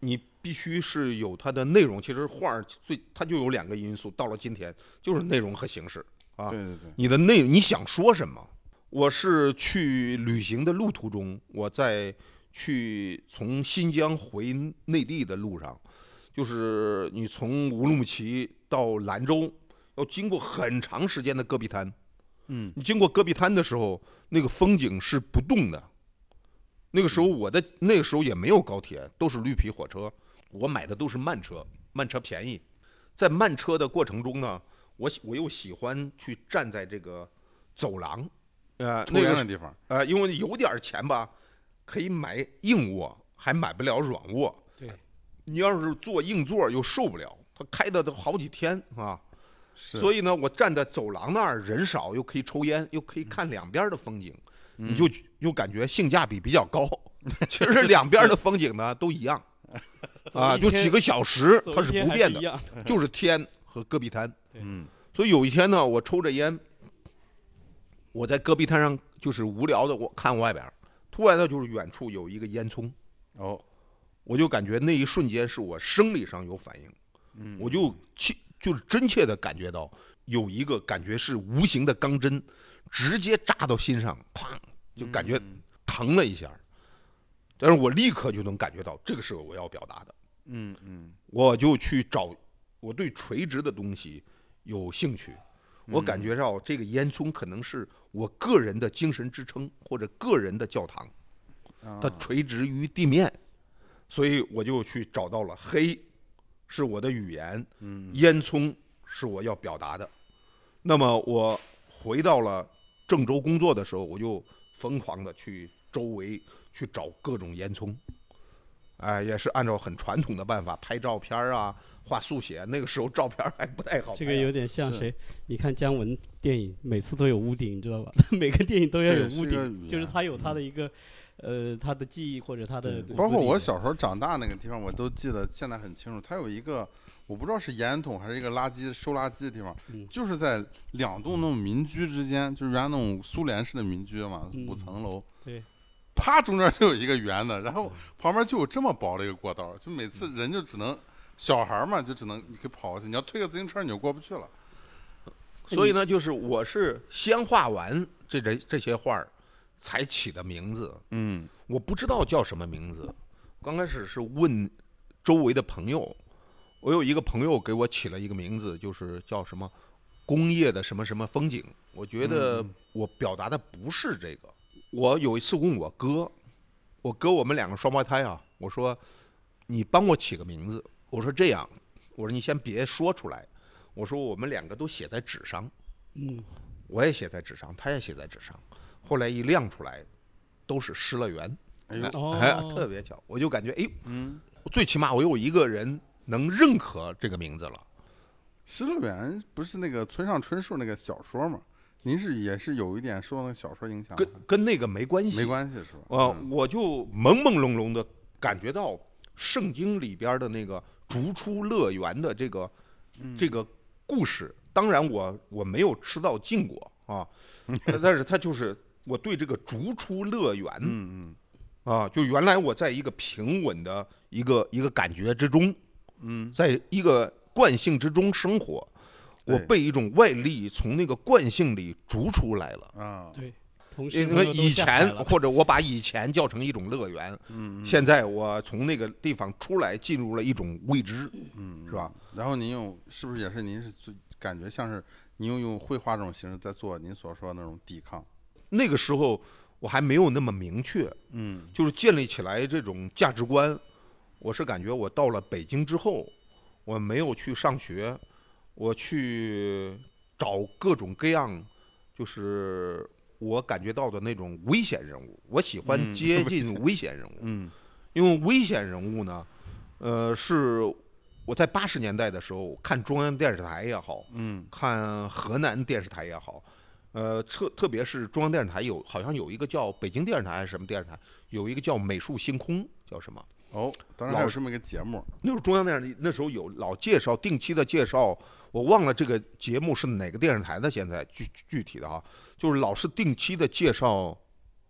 Speaker 3: 你必须是有它的内容。其实画儿最它就有两个因素，到了今天就是内容和形式。
Speaker 1: 嗯
Speaker 3: 啊
Speaker 1: 对对对，
Speaker 3: 你的内你想说什么？我是去旅行的路途中，我在去从新疆回内地的路上，就是你从乌鲁木齐到兰州，要经过很长时间的戈壁滩。
Speaker 1: 嗯
Speaker 3: 你经过戈壁滩的时候，那个风景是不动的。那个时候我的那个时候也没有高铁，都是绿皮火车，我买的都是慢车，慢车便宜。在慢车的过程中呢，我喜我又喜欢去站在这个走廊，呃，
Speaker 1: 抽
Speaker 3: 那
Speaker 1: 烟
Speaker 3: 个
Speaker 1: 的
Speaker 3: 是
Speaker 1: 地方，
Speaker 3: 呃，因为有点钱吧，可以买硬卧，还买不了软卧。
Speaker 2: 对，
Speaker 3: 你要是坐硬座又受不了，他开的都好几天啊。
Speaker 1: 是，
Speaker 3: 所
Speaker 1: 以
Speaker 3: 以呢，我站在走廊那儿，人少，又可以抽烟，又可以看两边的风景，你就就感觉性价比比较高。其实两边的风景呢都一样
Speaker 2: 走
Speaker 3: 啊，
Speaker 2: 一
Speaker 3: 就
Speaker 2: 天
Speaker 3: 几个小时
Speaker 2: 走
Speaker 3: 它
Speaker 2: 一
Speaker 3: 是
Speaker 2: 天
Speaker 3: 不
Speaker 2: 还
Speaker 3: 变
Speaker 2: 一
Speaker 3: 的，
Speaker 2: 样
Speaker 3: 就是天和戈壁滩。
Speaker 1: 嗯
Speaker 3: 所以有一天呢，我抽着烟，我在戈壁滩上就是无聊的，我看外边儿，突然呢就是远处有一个烟囱，
Speaker 1: 哦
Speaker 3: 我就感觉那一瞬间是我生理上有反应，
Speaker 1: 嗯
Speaker 3: 我就切就是真切的感觉到有一个感觉是无形的钢针直接扎到心上，哐，就感觉
Speaker 1: 嗯
Speaker 3: 疼了一下儿，但是我立刻就能感觉到这个是我要表达的，
Speaker 1: 嗯嗯，
Speaker 3: 我就去找我对垂直的东西有兴趣，我感觉到这个烟囱可能是我个人的精神支撑或者个人的教堂。
Speaker 1: 啊
Speaker 3: 它垂直于地面，所以我就去找到了黑，是我的语言，
Speaker 1: 嗯
Speaker 3: 烟囱是我要表达的，那么我回到了郑州工作的时候，我就疯狂的去周围去找各种烟囱，哎，也是按照很传统的办法拍照片儿啊，画速写。那个时候照片儿还不太好拍啊，
Speaker 2: 这个有点像
Speaker 4: 是
Speaker 2: 谁？你看姜文电影，每次都有屋顶，你知道吧？ 每个电影都要
Speaker 1: 对
Speaker 2: 有
Speaker 1: 是一
Speaker 2: 屋
Speaker 1: 个
Speaker 2: 顶，
Speaker 1: 语
Speaker 2: 就是
Speaker 1: 言
Speaker 2: 他有他的一个，呃，他的记忆或者他的
Speaker 4: 对
Speaker 2: 骨
Speaker 1: 包
Speaker 2: 子
Speaker 1: 括
Speaker 2: 里
Speaker 1: 我
Speaker 2: 的
Speaker 1: 小时候长大那个地方，我都记得现在很清楚。它有一个我不知道是烟筒还是一个垃圾收垃圾的地方，
Speaker 2: 嗯
Speaker 1: 就是在两栋那种民居之间，就是原来那种苏联式的民居嘛，
Speaker 2: 嗯
Speaker 1: 五层楼，
Speaker 2: 对，
Speaker 1: 啪中间就有一个圆的，然后旁边就有这么薄的一个过道，就每次人就只能。小孩嘛，就只能你可以跑过去，你要推个自行车你就过不去了。
Speaker 3: 所以呢，就是我是先画完这这这些画儿，才起的名字，
Speaker 1: 嗯，
Speaker 3: 我不知道叫什么名字。刚开始是问周围的朋友，我有一个朋友给我起了一个名字，就是叫什么工业的什么什么风景。我觉得我表达的不是这个。我有一次问我哥，我哥我们两个双胞胎啊，我说你帮我起个名字。我说这样，我说你先别说出来，我说我们两个都写在纸上。
Speaker 2: 嗯，
Speaker 3: 我也写在纸上，他也写在纸上。后来一亮出来，都是失乐园，
Speaker 1: 哎呦，
Speaker 3: 哎，
Speaker 2: 哦，
Speaker 3: 特别巧，我就感觉哎，
Speaker 1: 嗯，
Speaker 3: 最起码我有一个人能认可这个名字了。
Speaker 1: 失乐园不是那个村上春树那个小说嘛？您是也是有一点受那个小说影响的
Speaker 3: 跟，跟那个啊没关系，
Speaker 1: 没关系是吧？
Speaker 3: 呃
Speaker 1: 嗯，
Speaker 3: 我就朦朦胧胧的感觉到圣经里边的那个逐出乐园的这个、
Speaker 1: 嗯
Speaker 3: 这个故事。当然我，我没有吃到禁果 啊，但但是他就是我对这个逐出乐园，
Speaker 1: 嗯
Speaker 3: 啊，就原来我在一个平稳的一个一个感觉之中，
Speaker 1: 嗯
Speaker 3: 在一个惯性之中生活，
Speaker 1: 对
Speaker 3: 我被一种外力从那个惯性里逐出来了。
Speaker 1: 嗯啊，
Speaker 2: 对，同时
Speaker 3: 因为以前或者我把以前叫成一种乐园，
Speaker 1: 嗯，
Speaker 3: 现在我从那个地方出来，进入了一种未知，
Speaker 1: 嗯
Speaker 3: 是吧？
Speaker 1: 然后您用是不是也是您是最感觉像是您用用绘画这种形式在做您所说的那种抵抗？
Speaker 3: 那个时候我还没有那么明确，
Speaker 1: 嗯
Speaker 3: 就是建立起来这种价值观。我是感觉我到了北京之后，我没有去上学，我去找各种各样，就是我感觉到的那种危险人物。我喜欢
Speaker 1: 嗯
Speaker 3: 接
Speaker 1: 危
Speaker 3: 近
Speaker 1: 险
Speaker 3: 危险人物，
Speaker 1: 嗯
Speaker 3: 因为危险人物呢，呃，是我在八十年代的时候看中央电视台也好，
Speaker 1: 嗯
Speaker 3: 看河南电视台也好，呃，特特别是中央电视台有好像有一个叫北京电视台还是什么电视台，有一个叫美术星空，叫什么？
Speaker 1: 哦，当然还
Speaker 3: 老
Speaker 1: 有这么一个节目，
Speaker 3: 那时候中央电视台那时候有老介绍，定期的介绍，我忘了这个节目是哪个电视台的，现在具具体的啊，就是老是定期的介绍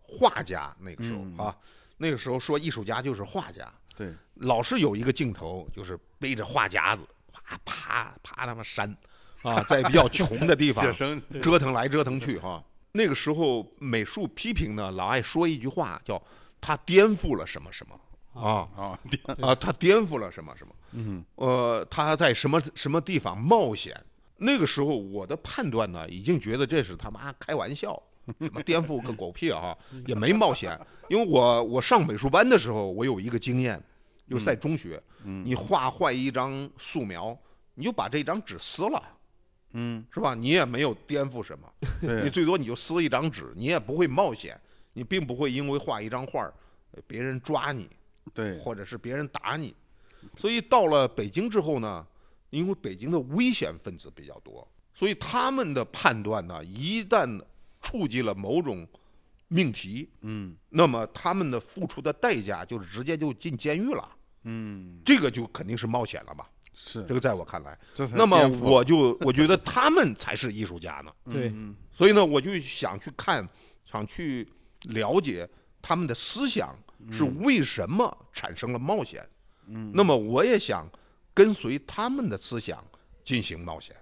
Speaker 3: 画家，那个时候、
Speaker 1: 嗯
Speaker 3: 啊，那个时候说艺术家就是画家，
Speaker 1: 对，
Speaker 3: 老是有一个镜头，就是背着画夹子，啪啪啪他妈扇，啊，在比较穷的地方
Speaker 1: 写生
Speaker 2: 对
Speaker 3: 折腾来折腾去哈。那个时候美术批评呢，老爱说一句话，叫他颠覆了什么什么啊
Speaker 1: 啊，
Speaker 3: 啊，他颠覆了什么什么，
Speaker 1: 嗯
Speaker 3: 呃，他在什么什么地方冒险。那个时候我的判断呢，已经觉得这是他妈开 玩笑，什么颠覆个狗屁啊，
Speaker 1: 嗯
Speaker 3: 也没冒险。因为我我上美术班的时候，我有一个经验，就是在中学，
Speaker 1: 嗯
Speaker 3: 你画坏一张素描，你就把这张纸撕了，
Speaker 1: 嗯，
Speaker 3: 是吧？你也没有颠覆什么。你
Speaker 1: 对，
Speaker 3: 最多你就撕一张纸，你也不会冒险，你并不会因为画一张画儿，呃别人抓 你，
Speaker 1: 对，
Speaker 3: 或者是别人打你。所以到了北京之后呢，因为北京的危险分子比较多，所以他们的判断呢，一旦触及了某种命题，
Speaker 1: 嗯
Speaker 3: 那么他们的付出的代价就是直接就进监狱了。
Speaker 1: 嗯，
Speaker 3: 这个就肯定是冒险了吧？
Speaker 1: 是
Speaker 3: 这，个在我看来，
Speaker 1: 这才
Speaker 3: 那么
Speaker 1: 颠覆
Speaker 3: 我就我觉得他们才是艺术家呢。
Speaker 2: 对
Speaker 1: 嗯
Speaker 3: 所以呢，我就想去看，想去了解他们的思想是为什么产生了冒险。嗯，那么我也想跟随他们的思想进行冒险。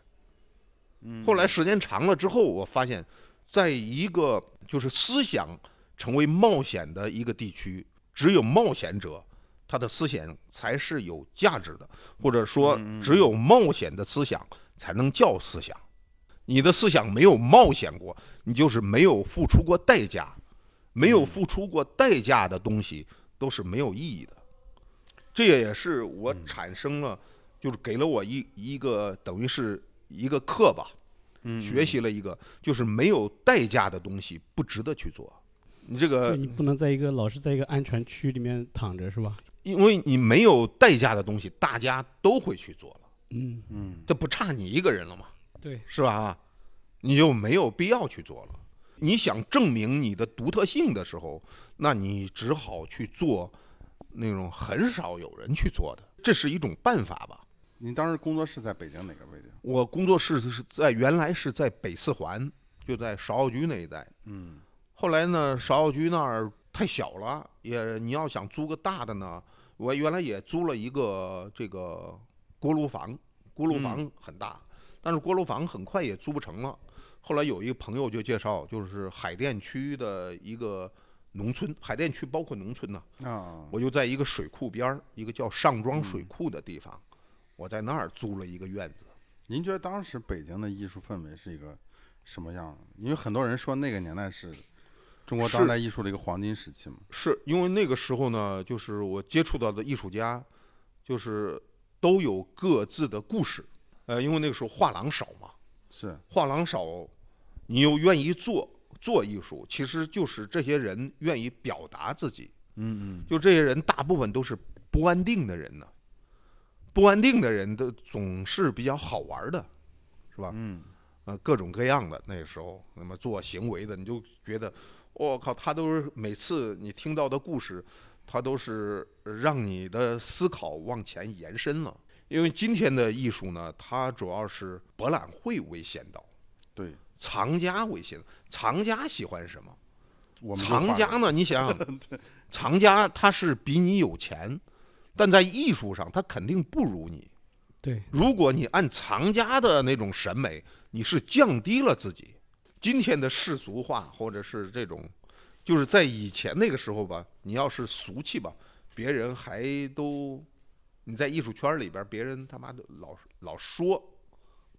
Speaker 3: 嗯，后来时间长了之后，我发现，在一个就是思想成为冒险的一个地区，只有冒险者。他的思想才是有价值的，或者
Speaker 1: 嗯
Speaker 3: 说，只有冒险的思想才能叫思想。你的思想没有冒险过，你就是没有付出过代价，
Speaker 1: 嗯
Speaker 3: 没有付出过代价的东西都是没有意义的。这也是我
Speaker 1: 嗯
Speaker 3: 产生了，就是给了我一一个等于是一个课吧，
Speaker 1: 嗯
Speaker 3: 学习了一个就是没有代价的东西，不值得去做。你这
Speaker 2: 就
Speaker 3: 个，
Speaker 2: 你不能在一个老是在一个安全区里面躺着是吧？
Speaker 3: 因为你没有代价的东西，大家都会去做了，
Speaker 2: 嗯，
Speaker 1: 嗯，
Speaker 3: 这不差你一个人了嘛，
Speaker 2: 对，
Speaker 3: 是吧？你就没有必要去做了。你想证明你的独特性的时候，那你只好去做那种很少有人去做的，这是一种办法吧。
Speaker 1: 你当时工作室在北京哪个位置？
Speaker 3: 我工作室是在原来是在北四环，就在芍药居那一带。
Speaker 1: 嗯
Speaker 3: 后来呢，芍药居那儿太小了，也你要想租个大的呢，我原来也租了一个这个锅炉房，锅炉房很大，但是锅炉房很快也租不成了。后来有一个朋友就介绍，就是海淀区的一个农村，海淀区包括农村呢、
Speaker 1: 啊，
Speaker 3: 我就在一个水库边儿，一个叫上庄水库的地方，我在那儿租了一个院子。
Speaker 1: 您觉得当时北京的艺术氛围是一个什么样的？因为很多人说那个年代是中国当代艺术的一个黄金时期嘛。
Speaker 3: 是因为那个时候呢，就是我接触到的艺术家，就是都有各自的故事。呃，因为那个时候画廊少嘛，
Speaker 1: 是，
Speaker 3: 画廊少，你又愿意做做艺术，其实就是这些人愿意表达自己。
Speaker 1: 嗯嗯，
Speaker 3: 就这些人大部分都是不安定的人呢、不安定的人都总是比较好玩的，是吧？
Speaker 1: 嗯，
Speaker 3: 呃，各种各样的那时候，那么做行为的，你就觉得，我、靠，他都是每次你听到的故事，他都是让你的思考往前延伸了。因为今天的艺术呢，它主要是博览会为先导，
Speaker 1: 对，
Speaker 3: 藏家为先，藏家喜欢什么？
Speaker 1: 我们就画
Speaker 3: 藏家呢？你想 想，藏家他是比你有钱，但在艺术上他肯定不如你。
Speaker 2: 对，
Speaker 3: 如果你按藏家的那种审美，你是降低了自己。今天的世俗化，或者是这种，就是在以前那个时候吧，你要是俗气吧，别人还都你在艺术圈里边，别人他妈的老老说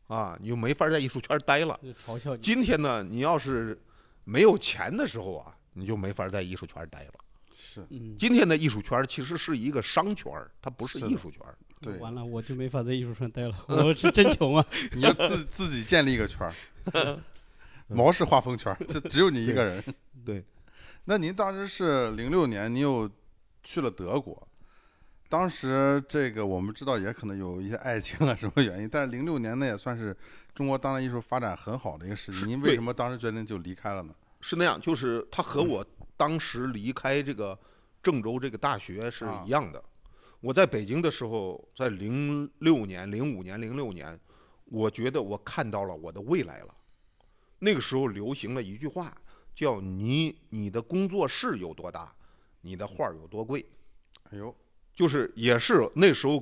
Speaker 3: 啊，你就没法在艺术圈待了。
Speaker 2: 就嘲笑你。
Speaker 3: 今天呢，你要是没有钱的时候啊，你就没法在艺术圈待了。
Speaker 1: 是
Speaker 2: 嗯，
Speaker 3: 今天的艺术圈其实是一个商圈儿，它不是
Speaker 1: 是的
Speaker 3: 艺术圈儿。
Speaker 1: 对，
Speaker 2: 完了，我就没法在艺术圈待 了，我是真穷啊！
Speaker 1: 你要自自己建立一个圈儿， 毛氏画风圈儿，这只有你一个人。
Speaker 3: 对，
Speaker 1: 那您当时是零六年，您又去了德国，当时这个我们知道也可能有一些爱情啊什么原因，但是零六年那也算是中国当代艺术发展很好的一个时期。
Speaker 3: 是
Speaker 1: 您
Speaker 3: 对
Speaker 1: 为什么当时决定就离开了呢？
Speaker 3: 是那样，就是它和我当时离开这个郑州这个大学是一样的。我在北京的时候，在零六年、零五年、零六年，我觉得我看到了我的未来了。那个时候流行了一句话，叫你“你的工作室有多大，你的画儿有多贵”。
Speaker 1: 哎呦，
Speaker 3: 就是也是那时候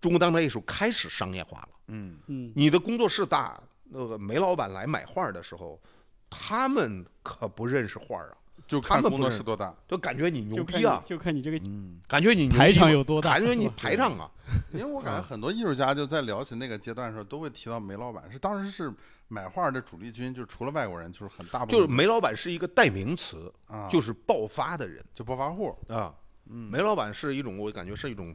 Speaker 3: 中国当代艺术开始商业化了。
Speaker 1: 嗯，
Speaker 2: 嗯，
Speaker 3: 你的工作室大，那个梅老板来买画的时候，他们可不认识画啊，
Speaker 1: 就
Speaker 3: 他
Speaker 1: 看
Speaker 3: 们不
Speaker 1: 工作
Speaker 3: 是
Speaker 1: 室多 大。
Speaker 3: 就感觉你牛
Speaker 2: 就看
Speaker 3: 逼
Speaker 2: 你
Speaker 3: 啊，
Speaker 2: 就看你这个
Speaker 1: 嗯，
Speaker 3: 感觉你牛逼
Speaker 2: 排场有多大
Speaker 3: 感觉你排场啊，
Speaker 1: 因为我感觉很多艺术家就在聊起那个阶段的时候，都会提到梅老板，是当时是买画的主力军，就除了外国人，就是很大部分
Speaker 3: 就是梅老板是一个代名词，
Speaker 1: 啊，
Speaker 3: 就是爆发的人
Speaker 1: 就暴发嗯户。
Speaker 3: 啊。梅老板是一种，我感觉是一种，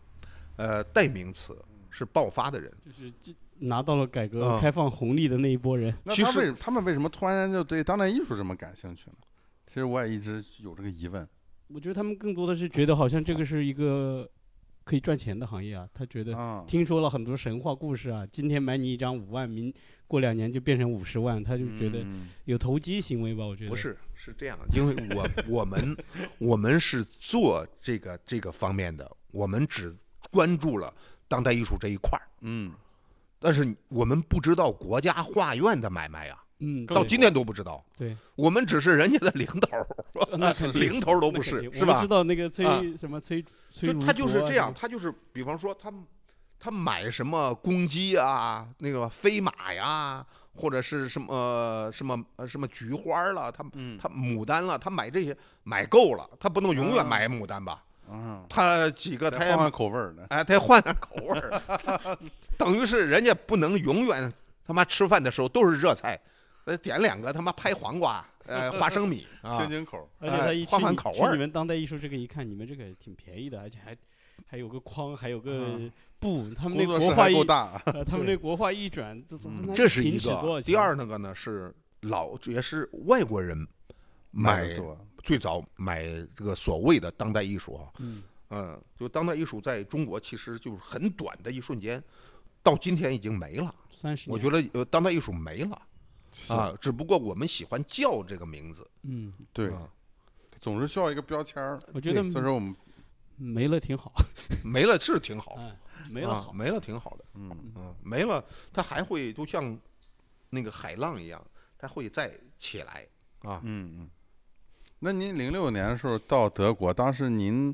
Speaker 3: 呃，代名词，是爆发的人。
Speaker 2: 就是这拿到了改革
Speaker 3: 嗯
Speaker 2: 开放红利的那一波人，
Speaker 1: 那
Speaker 3: 其
Speaker 1: 他
Speaker 3: 实
Speaker 1: 为他们为什么突然间就对当代艺术这么感兴趣呢？其实我也一直有这个疑问。
Speaker 2: 我觉得他们更多的是觉得好像这个是一个可以赚钱的行业啊，他觉得
Speaker 1: 啊，
Speaker 2: 听说了很多神话故事啊，今天买你一张五万，明过两年就变成五十万，他就觉得
Speaker 1: 嗯
Speaker 2: 有投机行为吧？我觉得
Speaker 3: 不，是，是这样，因为 我我们我们是做这个这个方面的，我们只关注了当代艺术这一块儿，
Speaker 1: 嗯，
Speaker 3: 但是我们不知道国家画院的买卖啊，
Speaker 2: 嗯，
Speaker 3: 到
Speaker 2: 对
Speaker 3: 今天都不知道，
Speaker 2: 对，
Speaker 3: 我们只是人家的领头儿，
Speaker 2: 呃那肯 定
Speaker 3: 领头儿都
Speaker 2: 那
Speaker 3: 不
Speaker 2: 肯
Speaker 3: 是
Speaker 2: 定，
Speaker 3: 是
Speaker 2: 我们
Speaker 3: 吧
Speaker 2: 知？道那个
Speaker 3: 啊
Speaker 2: 崔什么崔崔
Speaker 3: 就
Speaker 2: 如
Speaker 3: 他就是
Speaker 2: 琢啊
Speaker 3: 这样，，他就是比方说他他买什么公鸡啊，那个飞马呀，或者是什么、呃什么呃什么菊花儿了，他
Speaker 1: 嗯
Speaker 3: 他牡丹了，他买这些买够了，他不能永远
Speaker 1: 啊
Speaker 3: 买牡丹吧？
Speaker 1: 啊，
Speaker 3: 他几个
Speaker 1: 再
Speaker 3: 他也
Speaker 1: 换换口味儿呢。
Speaker 3: 哎，他也换点口味儿， 等于是人家不能永远他妈吃饭的时候都是热菜，呃，点两个他妈拍黄瓜，呃，花生米 啊
Speaker 1: 清，清口儿，
Speaker 2: 而且他
Speaker 3: 哎
Speaker 2: 一去
Speaker 3: 换换
Speaker 2: 你
Speaker 3: 口
Speaker 2: 去
Speaker 3: 味儿
Speaker 2: 你们当代艺术这个一看，你们这个挺便宜的，而且还还有个框，还有个
Speaker 3: 嗯
Speaker 2: 布，他们那
Speaker 1: 工作室
Speaker 2: 国画
Speaker 1: 还
Speaker 2: 一
Speaker 1: 够，大，
Speaker 2: 呃他们
Speaker 3: 对
Speaker 2: 那国画一转，这这
Speaker 3: 嗯
Speaker 2: 那
Speaker 3: 这是
Speaker 2: 停
Speaker 3: 一
Speaker 2: 止多少
Speaker 3: 个。
Speaker 2: 钱
Speaker 3: 第二那个呢是老也是外国人买
Speaker 1: 的 多，
Speaker 3: 最早买这个所谓的当代艺术啊，
Speaker 2: 嗯，
Speaker 3: 嗯，就当代艺术在中国其实就是很短的一瞬间，到今天已经没了。
Speaker 2: 三十，
Speaker 3: 我觉得呃，当代艺术没了啊，只不过我们喜欢叫这个名字。
Speaker 2: 嗯，
Speaker 1: 对，
Speaker 3: 啊
Speaker 1: 总是需要一个标签儿。
Speaker 2: 我觉
Speaker 3: 对
Speaker 2: 得
Speaker 1: 所以说我们，
Speaker 2: 没了挺好，
Speaker 3: 没了是挺好，
Speaker 2: 哎，没了
Speaker 3: 啊
Speaker 2: 好，
Speaker 3: 没了挺好的。
Speaker 1: 嗯，
Speaker 3: 嗯，没了，它还会就像那个海浪一样，它会再起来啊。
Speaker 1: 嗯嗯。那您零六年的时候到德国，当时您，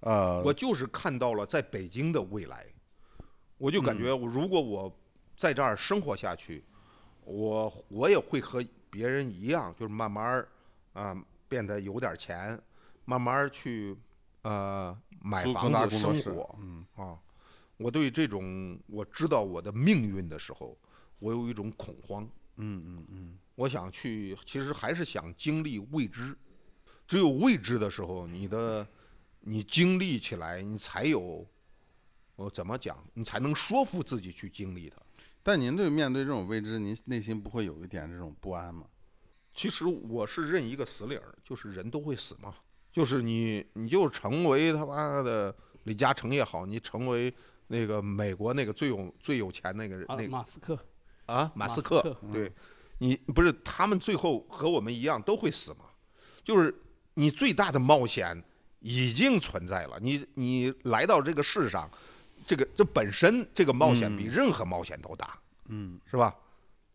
Speaker 1: 呃，
Speaker 3: 我就是看到了在北京的未来，我就感
Speaker 1: 嗯
Speaker 3: 觉我如果我在这儿生活下去，我我也会和别人一样，就是慢慢儿啊变得有点钱，慢慢儿去呃买
Speaker 1: 租
Speaker 3: 房
Speaker 1: 更大
Speaker 3: 子
Speaker 1: 工作
Speaker 3: 生
Speaker 1: 室
Speaker 3: 活，，
Speaker 1: 嗯，
Speaker 3: 啊，我对这种我知道我的命运的时候，我有一种恐慌。
Speaker 1: 嗯嗯嗯，
Speaker 3: 我想去，其实还是想经历未知。只有未知的时候，你的你经历起来，你才有，我怎么讲，你才能说服自己去经历它。
Speaker 1: 但您对面对这种未知，您内心不会有一点这种不安吗？
Speaker 3: 其实我是认一个死理儿，就是人都会死嘛，就是你你就成为他妈的李嘉诚也好，你成为那个美国那个最有最有钱那个人
Speaker 2: 啊
Speaker 3: 那，个
Speaker 2: 马斯克，
Speaker 3: 啊马斯克，嗯对你不是他们最后和我们一样都会死嘛？就是你最大的冒险已经存在了，你你来到这个世上，这个这本身这个冒险比任何冒险都大，
Speaker 1: 嗯，
Speaker 3: 是吧？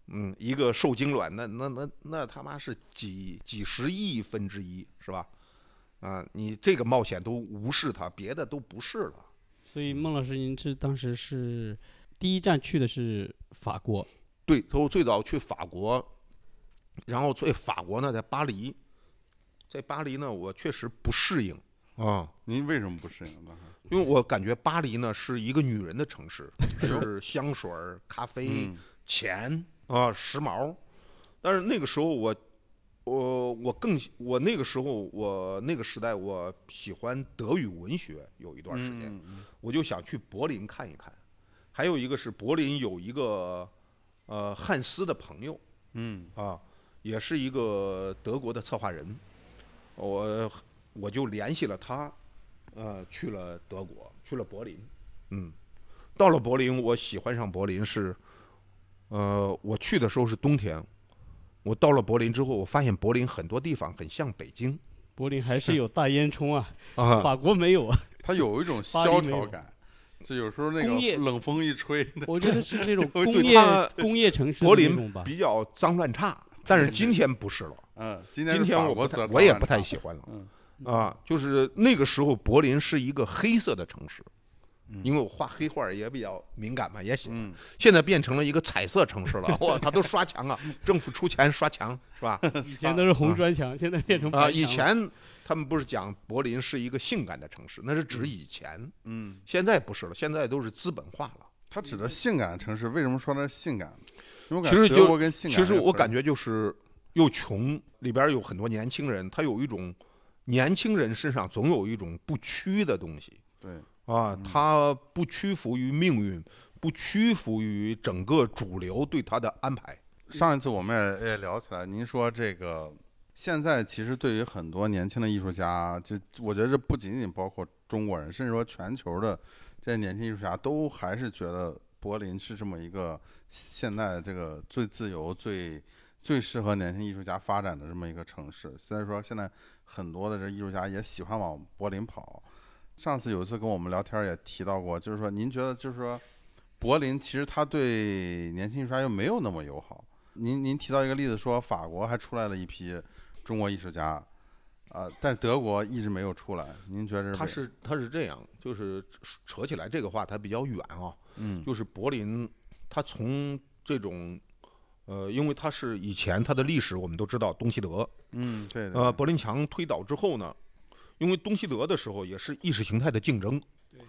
Speaker 3: 嗯，一个受精卵，那那那那他妈是几几十亿分之一，是吧？啊，你这个冒险都无视它，别的都不是了。
Speaker 2: 所以孟老师，您是当时是第一站去的是法国，
Speaker 3: 对，都最早去法国，然后在法国呢，在巴黎，在巴黎呢，我确实不适应啊，
Speaker 1: 您为什么不适应当时？
Speaker 3: 因为我感觉巴黎呢是一个女人的城市，是香水儿、咖啡、
Speaker 1: 嗯
Speaker 3: 钱啊、时髦。但是那个时候我，我我更喜我那个时候我那个时代我喜欢德语文学，有一段时间，
Speaker 1: 嗯嗯
Speaker 3: 我就想去柏林看一看。还有一个是柏林有一个呃汉斯的朋友，
Speaker 1: 嗯，
Speaker 3: 啊，也是一个德国的策划人，我我就联系了他，呃，去了德国，去了柏林，嗯，到了柏林，我喜欢上柏林是，呃，我去的时候是冬天，我到了柏林之后，我发现柏林很多地方很像北京
Speaker 2: 柏林还是有大烟囱啊，
Speaker 3: 啊，
Speaker 2: 法国没有 啊，
Speaker 1: 它有一种
Speaker 2: 巴黎没
Speaker 1: 萧
Speaker 2: 有
Speaker 1: 条感，就有时候那
Speaker 2: 工业
Speaker 1: 个冷风一吹，
Speaker 2: 我觉得是那种
Speaker 3: 我
Speaker 2: 工
Speaker 3: 对
Speaker 2: 业
Speaker 3: 他
Speaker 2: 工业城市
Speaker 3: 柏
Speaker 2: 的那
Speaker 3: 林
Speaker 2: 种吧，
Speaker 3: 比较脏乱差，但是今天不是了。
Speaker 1: 嗯，今天
Speaker 3: 今
Speaker 1: 是
Speaker 3: 天
Speaker 1: 法
Speaker 3: 我
Speaker 1: 国
Speaker 3: 不太
Speaker 1: 则
Speaker 3: 我也不太喜欢了。
Speaker 1: 嗯
Speaker 3: 啊，就是那个时候柏林是一个黑色的城市，因为我画黑画也比较敏感嘛，也喜欢。
Speaker 1: 嗯
Speaker 3: 现在变成了一个彩色城市了，哇，它都刷墙啊，政府出钱刷墙是吧？
Speaker 2: 以前都是红砖墙，现在变成白
Speaker 3: 啊，以
Speaker 2: 墙了
Speaker 3: 前他们不是讲柏林是一个性感的城市，那是指以前，
Speaker 1: 嗯，
Speaker 3: 现在不是了，现在都是资本化了。
Speaker 1: 它指的性感城市，为什么说它是性感？因为我感
Speaker 3: 其
Speaker 1: 觉
Speaker 3: 实
Speaker 1: 德
Speaker 3: 就
Speaker 1: 国跟性感
Speaker 3: 其
Speaker 1: 这
Speaker 3: 实
Speaker 1: 个词儿，
Speaker 3: 我感觉就是又穷，里边儿有很多年轻人，他有一种年轻人身上总有一种不屈的东西。
Speaker 1: 对，嗯
Speaker 3: 啊，他不屈服于命运，不屈服于整个主流对他的安排。
Speaker 1: 上一次我们也也聊起来，您说这个现在其实对于很多年轻的艺术家，这我觉得这不仅仅包括中国人，甚至说全球的这些年轻艺术家，都还是觉得柏林是这么一个现在这个最自由、最最适合年轻艺术家发展的这么一个城市。所以说，现在很多的这艺术家也喜欢往柏林跑。上次有一次跟我们聊天也提到过，就是说您觉得就是说柏林其实它对年轻艺术家又没有那么友好。您您提到一个例子，说法国还出来了一批中国艺术家，啊、但是德国一直没有出来。您觉得
Speaker 3: 他是他是这样，就是扯起来这个话，它比较远啊。
Speaker 1: 嗯
Speaker 3: 就是柏林，它从这种，呃，因为它是以前它的历史我们都知道，东西德，
Speaker 1: 嗯对的
Speaker 3: 呃，柏林墙推倒之后呢，因为东西德的时候也是意识形态的竞争，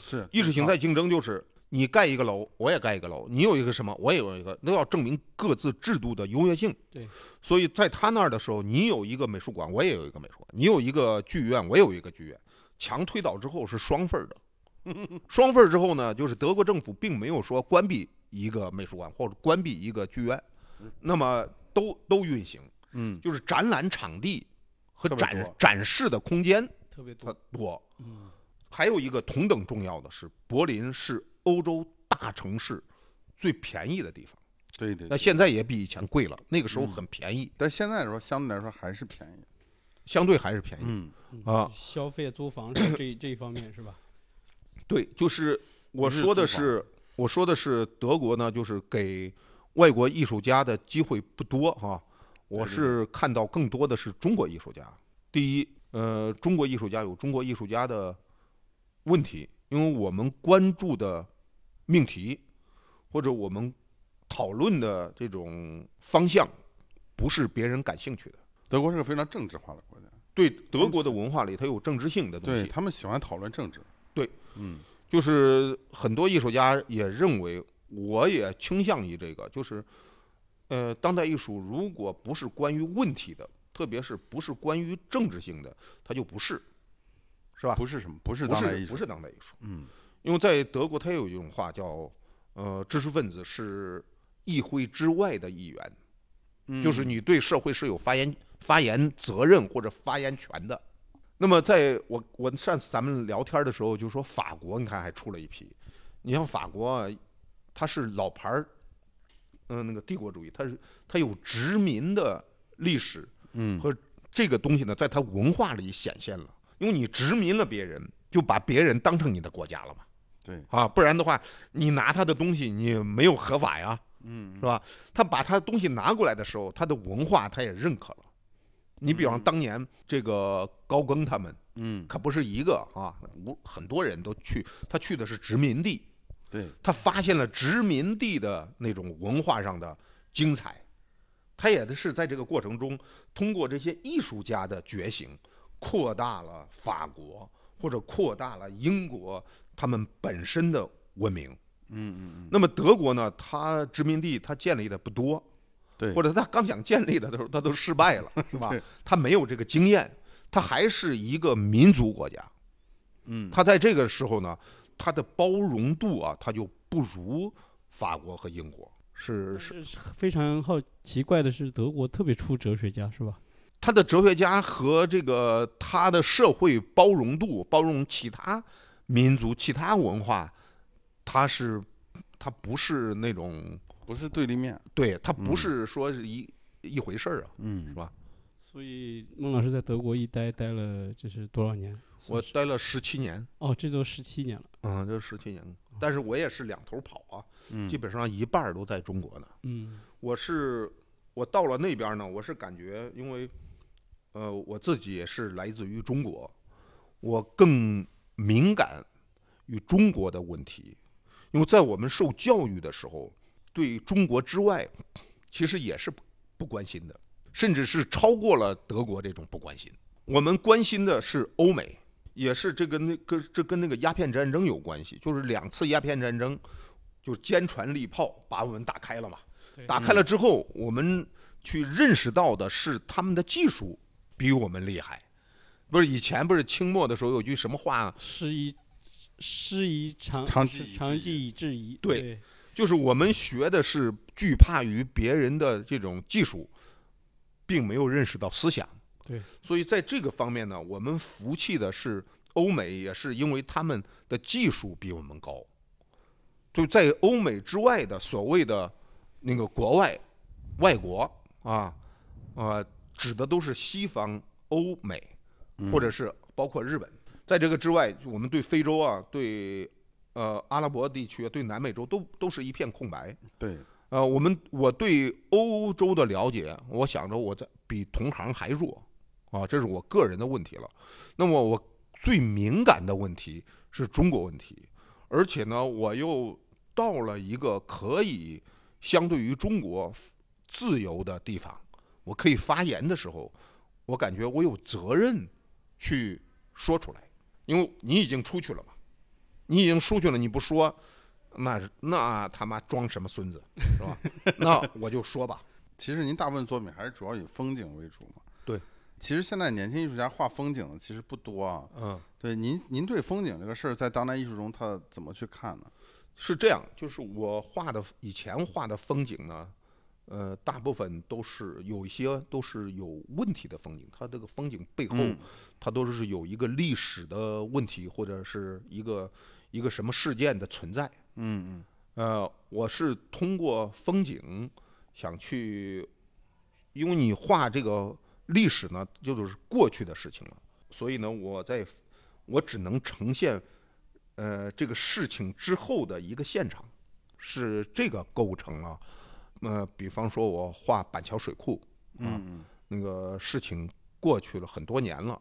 Speaker 1: 是
Speaker 3: 意识形态竞争就是你盖一个楼，我也盖一个楼；你有一个什么，我也有一个，都要证明各自制度的优越性。
Speaker 2: 对，
Speaker 3: 所以在他那儿的时候，你有一个美术馆，我也有一个美术馆；你有一个剧院，我有一个剧院。墙推倒之后是双份儿的，双份儿之后呢，就是德国政府并没有说关闭一个美术馆或者关闭一个剧院，那么都都运行，
Speaker 1: 嗯，
Speaker 3: 就是展览场地和
Speaker 1: 特别
Speaker 3: 展
Speaker 1: 多
Speaker 3: 展示的空间
Speaker 2: 特别多
Speaker 3: 它。多。
Speaker 2: 嗯
Speaker 3: 还有一个同等重要的是，柏林是欧洲大城市最便宜的地方。
Speaker 1: 对对
Speaker 3: 那
Speaker 1: 对。
Speaker 3: 现在也比以前贵了，那个时候
Speaker 1: 嗯
Speaker 3: 很便宜，
Speaker 1: 但现在来说，相对来说还是便宜。
Speaker 3: 相对还是便宜。
Speaker 1: 嗯，
Speaker 2: 嗯
Speaker 3: 啊
Speaker 2: 消费、租房是 这这一方面是吧？
Speaker 3: 对，就是我
Speaker 1: 你是
Speaker 3: 说的
Speaker 1: 租房
Speaker 3: 是，我说的是德国呢，就是给外国艺术家的机会不多哈、我
Speaker 1: 对对
Speaker 3: 是看到更多的是中国艺术家。第一，呃，中国艺术家有中国艺术家的问题，因为我们关注的命题或者我们讨论的这种方向，不是别人感兴趣的。
Speaker 1: 德国是个非常政治化的国家，
Speaker 3: 对德国的文化里，它有政治性的东
Speaker 1: 对
Speaker 3: 西。
Speaker 1: 他们喜欢讨论政治。
Speaker 3: 对，
Speaker 1: 嗯，
Speaker 3: 就是很多艺术家也认为，我也倾向于这个，就是，呃，当代艺术如果不是关于问题的，特别是不是关于政治性的，它就不是，是吧？
Speaker 1: 不是什么，不是
Speaker 3: 不
Speaker 1: 当代
Speaker 3: 是
Speaker 1: 艺术，
Speaker 3: 不是当代艺术，
Speaker 1: 嗯，
Speaker 3: 因为在德国，它有一种话叫，呃，知识分子是议会之外的议员，就是
Speaker 1: 嗯
Speaker 3: 你对社会是有发言发言责任或者发言权的。那么，在我我上次咱们聊天的时候就说法国，你看还出了一批，你像法国啊，它是老牌儿，嗯、那个帝国主义，它是它有殖民的历史，
Speaker 1: 嗯
Speaker 3: 和这个东西呢，在它文化里显现了，因为你殖民了别人，就把别人当成你的国家了嘛。
Speaker 1: 对
Speaker 3: 啊，不然的话，你拿他的东西，你没有合法呀。
Speaker 1: 嗯
Speaker 3: 是吧？他把他的东西拿过来的时候，他的文化他也认可了。你比方
Speaker 1: 嗯
Speaker 3: 当年这个高更他们
Speaker 1: 嗯，
Speaker 3: 可不是一个啊，无很多人都去，他去的是殖民地，
Speaker 1: 对，
Speaker 3: 他发现了殖民地的那种文化上的精彩，他也是在这个过程中，通过这些艺术家的觉醒，扩大了法国或者扩大了英国他们本身的文明。
Speaker 1: 嗯嗯嗯，
Speaker 3: 那么德国呢，它殖民地它建立的不多，
Speaker 1: 对
Speaker 3: 或者它刚想建立的时候，它都失败了，是 吧
Speaker 1: 对？
Speaker 3: 它没有这个经验，它还是一个民族国家。
Speaker 1: 嗯，
Speaker 3: 它在这个时候呢，它的包容度啊，它就不如法国和英国。是是，
Speaker 2: 是是非常好奇怪的是，德国特别出哲学家是吧？
Speaker 3: 它的哲学家和这个它的社会包容度，包容其他民族、其他文化，它是它不是那种，
Speaker 1: 不是对立面，
Speaker 3: 对，它不
Speaker 1: 嗯
Speaker 3: 是说是一、一回事儿啊。
Speaker 1: 嗯
Speaker 2: 所以孟老师在德国一待待了这是多少年？
Speaker 3: 我
Speaker 2: 算是
Speaker 3: 待了十七年，
Speaker 2: 哦，这都十七年了。
Speaker 3: 嗯，这十七年，但是我也是两头跑啊，
Speaker 1: 嗯，
Speaker 3: 基本上一半儿都在中国呢。
Speaker 2: 嗯
Speaker 3: 我是我到了那边呢，我是感觉，因为呃，我自己也是来自于中国，我更敏感与中国的问题，因为在我们受教育的时候，对中国之外，其实也是不不关心的，甚至是超过了德国这种不关心。我们关心的是欧美，也是这跟那跟这跟那个鸦片战争有关系，就是两次鸦片战争，就是坚船利炮把我们打开了嘛。
Speaker 2: 对
Speaker 3: 打开了之后，我们去认识到的是他们的技术比我们厉害。不是以前不是清末的时候有句什么话，
Speaker 2: 师夷师夷长
Speaker 1: 长
Speaker 2: 是
Speaker 1: 技以
Speaker 2: 长
Speaker 1: 制
Speaker 2: 技以制夷。
Speaker 3: 对就是我们学的是惧怕于别人的这种技术，并没有认识到思想。
Speaker 2: 对，
Speaker 3: 所以在这个方面呢，我们服气的是欧美，也是因为他们的技术比我们高。就在欧美之外的所谓的那个国外外国啊啊，指的都是西方欧美，或者是包括日本。在这个之外，我们对非洲啊，对呃阿拉伯地区、对南美洲都都是一片空白。
Speaker 1: 嗯对，
Speaker 3: 呃，我们我对欧洲的了解，我想着我在比同行还弱，啊，这是我个人的问题了。那么我最敏感的问题是中国问题，而且呢，我又到了一个可以相对于中国自由的地方，我可以发言的时候，我感觉我有责任去说出来，因为你已经出去了嘛，你已经出去了，你不说，那那他妈装什么孙子是 吧？那我就说吧，
Speaker 1: 其实您大部分作品还是主要以风景为主嘛。
Speaker 3: 对，
Speaker 1: 其实现在年轻艺术家画风景的其实不多啊。
Speaker 3: 嗯，
Speaker 1: 对，您您对风景这个事儿在当代艺术中他怎么去看呢？
Speaker 3: 是这样，就是我画的以前画的风景呢，呃，大部分都是有一些都是有问题的风景，它这个风景背后、
Speaker 1: 嗯
Speaker 3: 它都是有一个历史的问题或者是一个一个什么事件的存在。
Speaker 1: 嗯
Speaker 3: 呃，我是通过风景想去，因为你画这个历史呢，就就是过去的事情了，所以呢，我在我只能呈现呃这个事情之后的一个现场，是这个构成了。呃，比方说我画板桥水库，啊
Speaker 1: 嗯
Speaker 3: 那个事情过去了很多年了，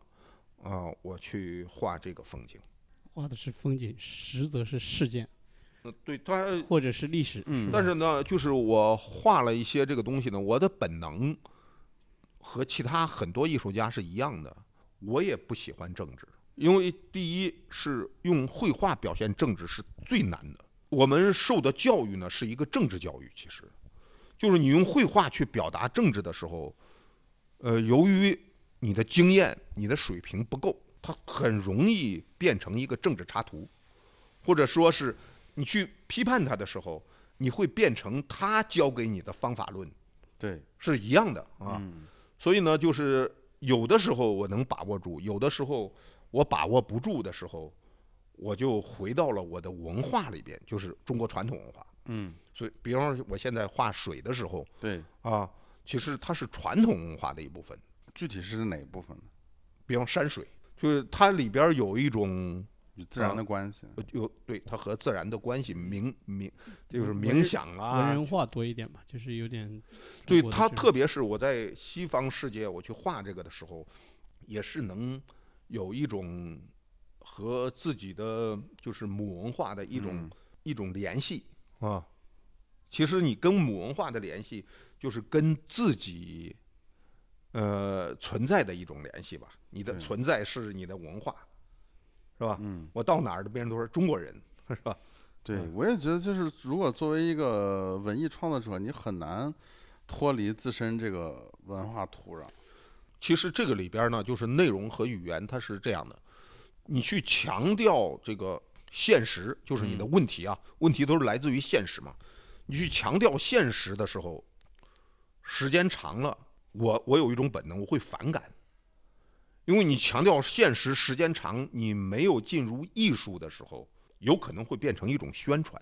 Speaker 3: 啊、我去画这个风景。
Speaker 2: 画的是风景，实则是事件
Speaker 3: 呃，对它
Speaker 2: 或者是历史。
Speaker 1: 嗯
Speaker 3: 但是呢，就是我画了一些这个东西呢，我的本能和其他很多艺术家是一样的，我也不喜欢政治，因为第一是用绘画表现政治是最难的。我们受的教育呢是一个政治教育，其实就是你用绘画去表达政治的时候，呃，由于你的经验、你的水平不够，它很容易变成一个政治插图，或者说是你去批判它的时候，你会变成他教给你的方法论
Speaker 1: 对
Speaker 3: 是一样的啊。
Speaker 1: 嗯
Speaker 3: 所以呢，就是有的时候我能把握住，有的时候我把握不住的时候，我就回到了我的文化里边，就是中国传统文化。
Speaker 1: 嗯
Speaker 3: 所以，比方说我现在画水的时候
Speaker 1: 对，
Speaker 3: 啊，其实它是传统文化的一部分。
Speaker 1: 具体是哪部分呢？
Speaker 3: 比方山水，就是它里边有一种
Speaker 1: 与自然的关系。
Speaker 3: 呃有对它和自然的关系，冥冥就是
Speaker 2: 文
Speaker 3: 冥
Speaker 2: 人
Speaker 3: 想
Speaker 2: 文
Speaker 3: 啊，
Speaker 2: 人画多一点吧，就是有点
Speaker 3: 对
Speaker 2: 中国的
Speaker 3: 他，
Speaker 2: 这
Speaker 3: 特别是我在西方世界我去画这个的时候，也是能有一种和自己的就是母文化的一种、
Speaker 1: 嗯
Speaker 3: 一种联系啊。其实你跟母文化的联系，就是跟自己呃存在的一种联系吧。你的
Speaker 1: 对
Speaker 3: 存在是你的文化，是吧？
Speaker 1: 嗯，
Speaker 3: 我到哪儿，别人都是中国人，是吧？嗯
Speaker 1: 对，我也觉得就是，如果作为一个文艺创作者，你很难脱离自身这个文化土壤。
Speaker 3: 其实这个里边呢，就是内容和语言它是这样的，你去强调这个现实，就是你的问题啊，问题都是来自于现实嘛。你去强调现实的时候，时间长了，我我有一种本能，我会反感，因为你强调现实时间长，你没有进入艺术的时候，有可能会变成一种宣传。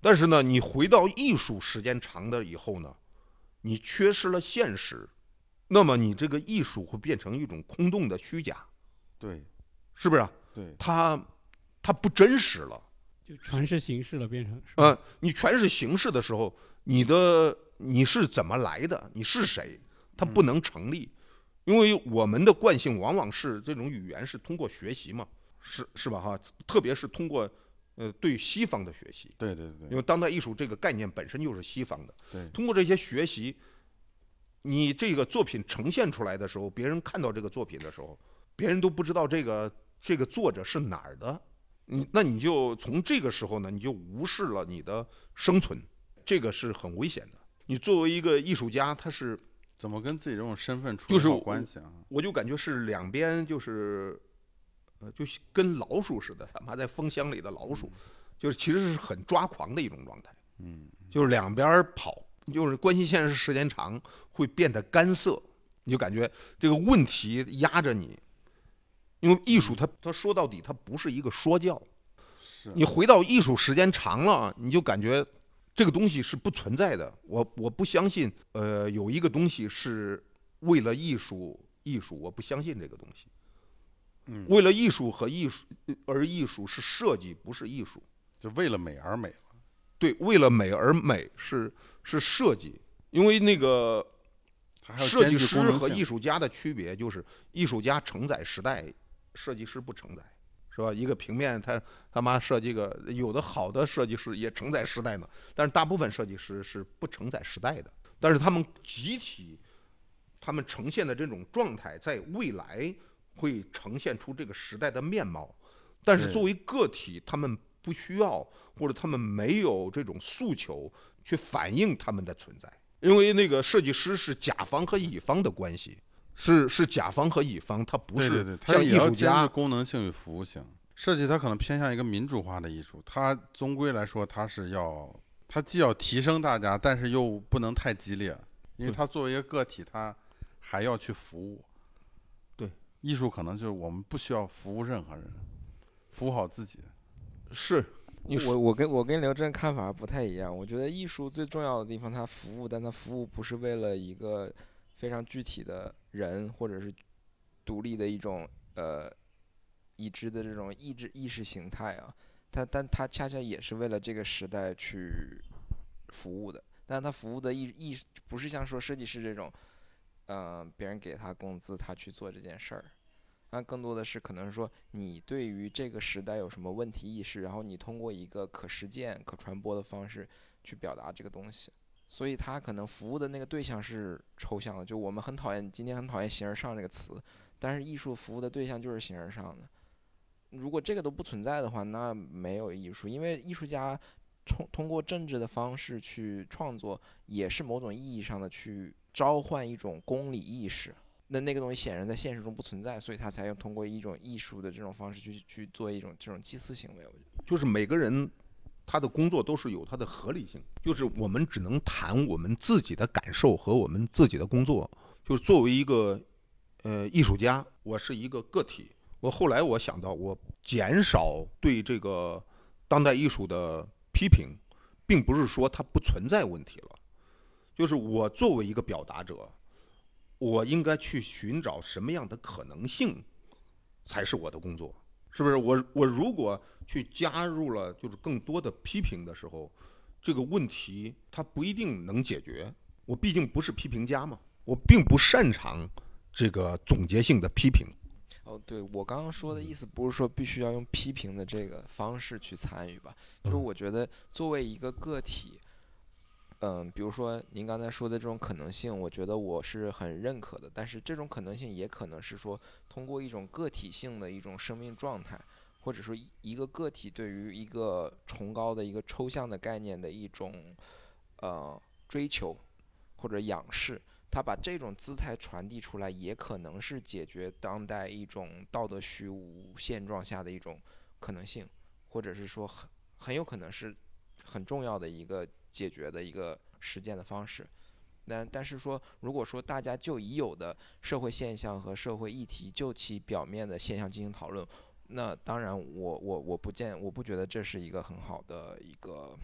Speaker 3: 但是呢，你回到艺术时间长了以后呢，你缺失了现实，那么你这个艺术会变成一种空洞的虚假，
Speaker 1: 对
Speaker 3: 是不是啊？
Speaker 1: 对，
Speaker 3: 它它不真实了。
Speaker 2: 就传世形式了，变成是吧
Speaker 3: 呃，你全是形式的时候，你的你是怎么来的？你是谁？它不能成立，因为我们的惯性往往是这种语言是通过学习嘛，是是吧？哈，特别是通过呃对西方的学习，
Speaker 1: 对对
Speaker 3: 因
Speaker 1: 对
Speaker 3: 为当代艺术这个概念本身就是西方的。
Speaker 1: 对，
Speaker 3: 通过这些学习，你这个作品呈现出来的时候，别人看到这个作品的时候，别人都不知道这个这个作者是哪儿的，你那你就从这个时候呢，你就无视了你的生存，这个是很危险的。你作为一个艺术家，他是
Speaker 1: 怎么跟自己这种身份处
Speaker 3: 就
Speaker 1: 理
Speaker 3: 是
Speaker 1: 好
Speaker 3: 我
Speaker 1: 关系啊？
Speaker 3: 我就感觉是两边就是，呃，就是跟老鼠似的，他妈在风箱里的老鼠，就是其实是很抓狂的一种状态。
Speaker 1: 嗯，
Speaker 3: 就是两边儿跑，就是关系线是时间长会变得干涩，你就感觉这个问题压着你。因为艺术它它说到底它不是一个说教，
Speaker 1: 嗯是
Speaker 3: 你回到艺术时间长了，你就感觉这个东西是不存在的。我我不相信，呃，有一个东西是为了艺术艺术，我不相信这个东西。
Speaker 1: 嗯
Speaker 3: 为了艺术和艺术而艺术是设计，不是艺术。
Speaker 1: 就为了美而美了。
Speaker 3: 对，为了美而美是是设计，因为那个
Speaker 1: 它还有
Speaker 3: 设
Speaker 1: 兼
Speaker 3: 计
Speaker 1: 具功
Speaker 3: 师
Speaker 1: 能
Speaker 3: 和艺
Speaker 1: 性。
Speaker 3: 术家的区别就是，艺术家承载时代，设计师不承载，是吧？一个平面他他妈设计个，有的好的设计师也承载时代呢，但是大部分设计师是不承载时代的，但是他们集体，他们呈现的这种状态，在未来会呈现出这个时代的面貌，但是
Speaker 1: 对
Speaker 3: 作为个体，他们不需要或者他们没有这种诉求去反映他们的存在，因为那个设计师是甲方和乙方的关系，是是甲方和乙方，它不
Speaker 1: 对对
Speaker 3: 是
Speaker 1: 对，它
Speaker 3: 像
Speaker 1: 也
Speaker 3: 艺
Speaker 1: 要
Speaker 3: 术
Speaker 1: 兼
Speaker 3: 家
Speaker 1: 具功能性与服务性。设计它可能偏向一个民主化的艺术，它终归来说，它是要它既要提升大家，但是又不能太激烈，因为
Speaker 3: 对
Speaker 1: 它作为一个个体，它还要去服务。
Speaker 3: 对，
Speaker 1: 艺术可能就是我们不需要服务任何人，服务好自己。
Speaker 3: 是你
Speaker 4: 我我跟我跟刘震看法不太一样，我觉得艺术最重要的地方，它服务，但它服务不是为了一个非常具体的人，或者是独立的一种呃已知的这种意志意识形态啊，它但它恰恰也是为了这个时代去服务的，但它服务的意意不是像说设计师这种，呃，别人给他工资，他去做这件事儿，那更多的是可能说你对于这个时代有什么问题意识，然后你通过一个可实践、可传播的方式去表达这个东西。所以它可能服务的那个对象是抽象的，就我们很讨厌，今天很讨厌“形而上”这个词，但是艺术服务的对象就是形而上的。如果这个都不存在的话，那没有艺术，因为艺术家通通过政治的方式去创作，也是某种意义上的去召唤一种公理意识。那那个东西显然在现实中不存在，所以他才要通过一种艺术的这种方式去去做一种这种祭祀行为。我觉得
Speaker 3: 就是每个人他的工作都是有他的合理性，就是我们只能谈我们自己的感受和我们自己的工作。就是作为一个呃艺术家，我是一个个体。我后来我想到，我减少对这个当代艺术的批评，并不是说它不存在问题了，就是我作为一个表达者，我应该去寻找什么样的可能性，才是我的工作，是不是？我我如果去加入了就是更多的批评的时候，这个问题它不一定能解决。我毕竟不是批评家嘛，我并不擅长这个总结性的批评。
Speaker 4: 哦，对我刚刚说的意思不是说必须要用批评的这个方式去参与吧，就是我觉得作为一个个体，嗯，比如说您刚才说的这种可能性，我觉得我是很认可的，但是这种可能性也可能是说通过一种个体性的一种生命状态，或者说一一个个体对于一个崇高的一个抽象的概念的一种呃追求或者仰视，他把这种姿态传递出来，也可能是解决当代一种道德虚无现状下的一种可能性，或者是说很很有可能是很重要的一个解决的一个实践的方式。但但是说，如果说大家就已有的社会现象和社会议题，就其表面的现象进行讨论，那当然我我我不见我不觉得这是一个很好的一个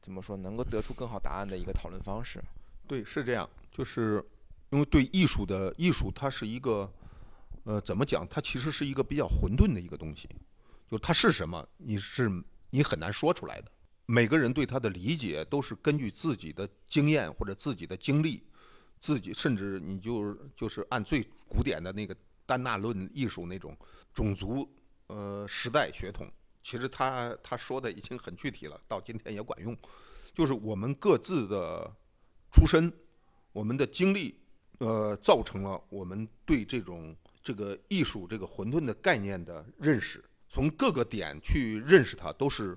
Speaker 4: 怎么说能够得出更好答案的一个讨论方式。
Speaker 3: 对，是这样，就是因为对艺术的艺术，它是一个，呃，怎么讲？它其实是一个比较混沌的一个东西，就是它是什么，你是你很难说出来的。每个人对它的理解都是根据自己的经验或者自己的经历，自己甚至你就就是按最古典的那个丹纳论艺术那种种族、呃时代、血统，其实他他说的已经很具体了，到今天也管用。就是我们各自的出身，我们的经历，呃，造成了我们对这种这个艺术这个混沌的概念的认识。从各个点去认识它，都是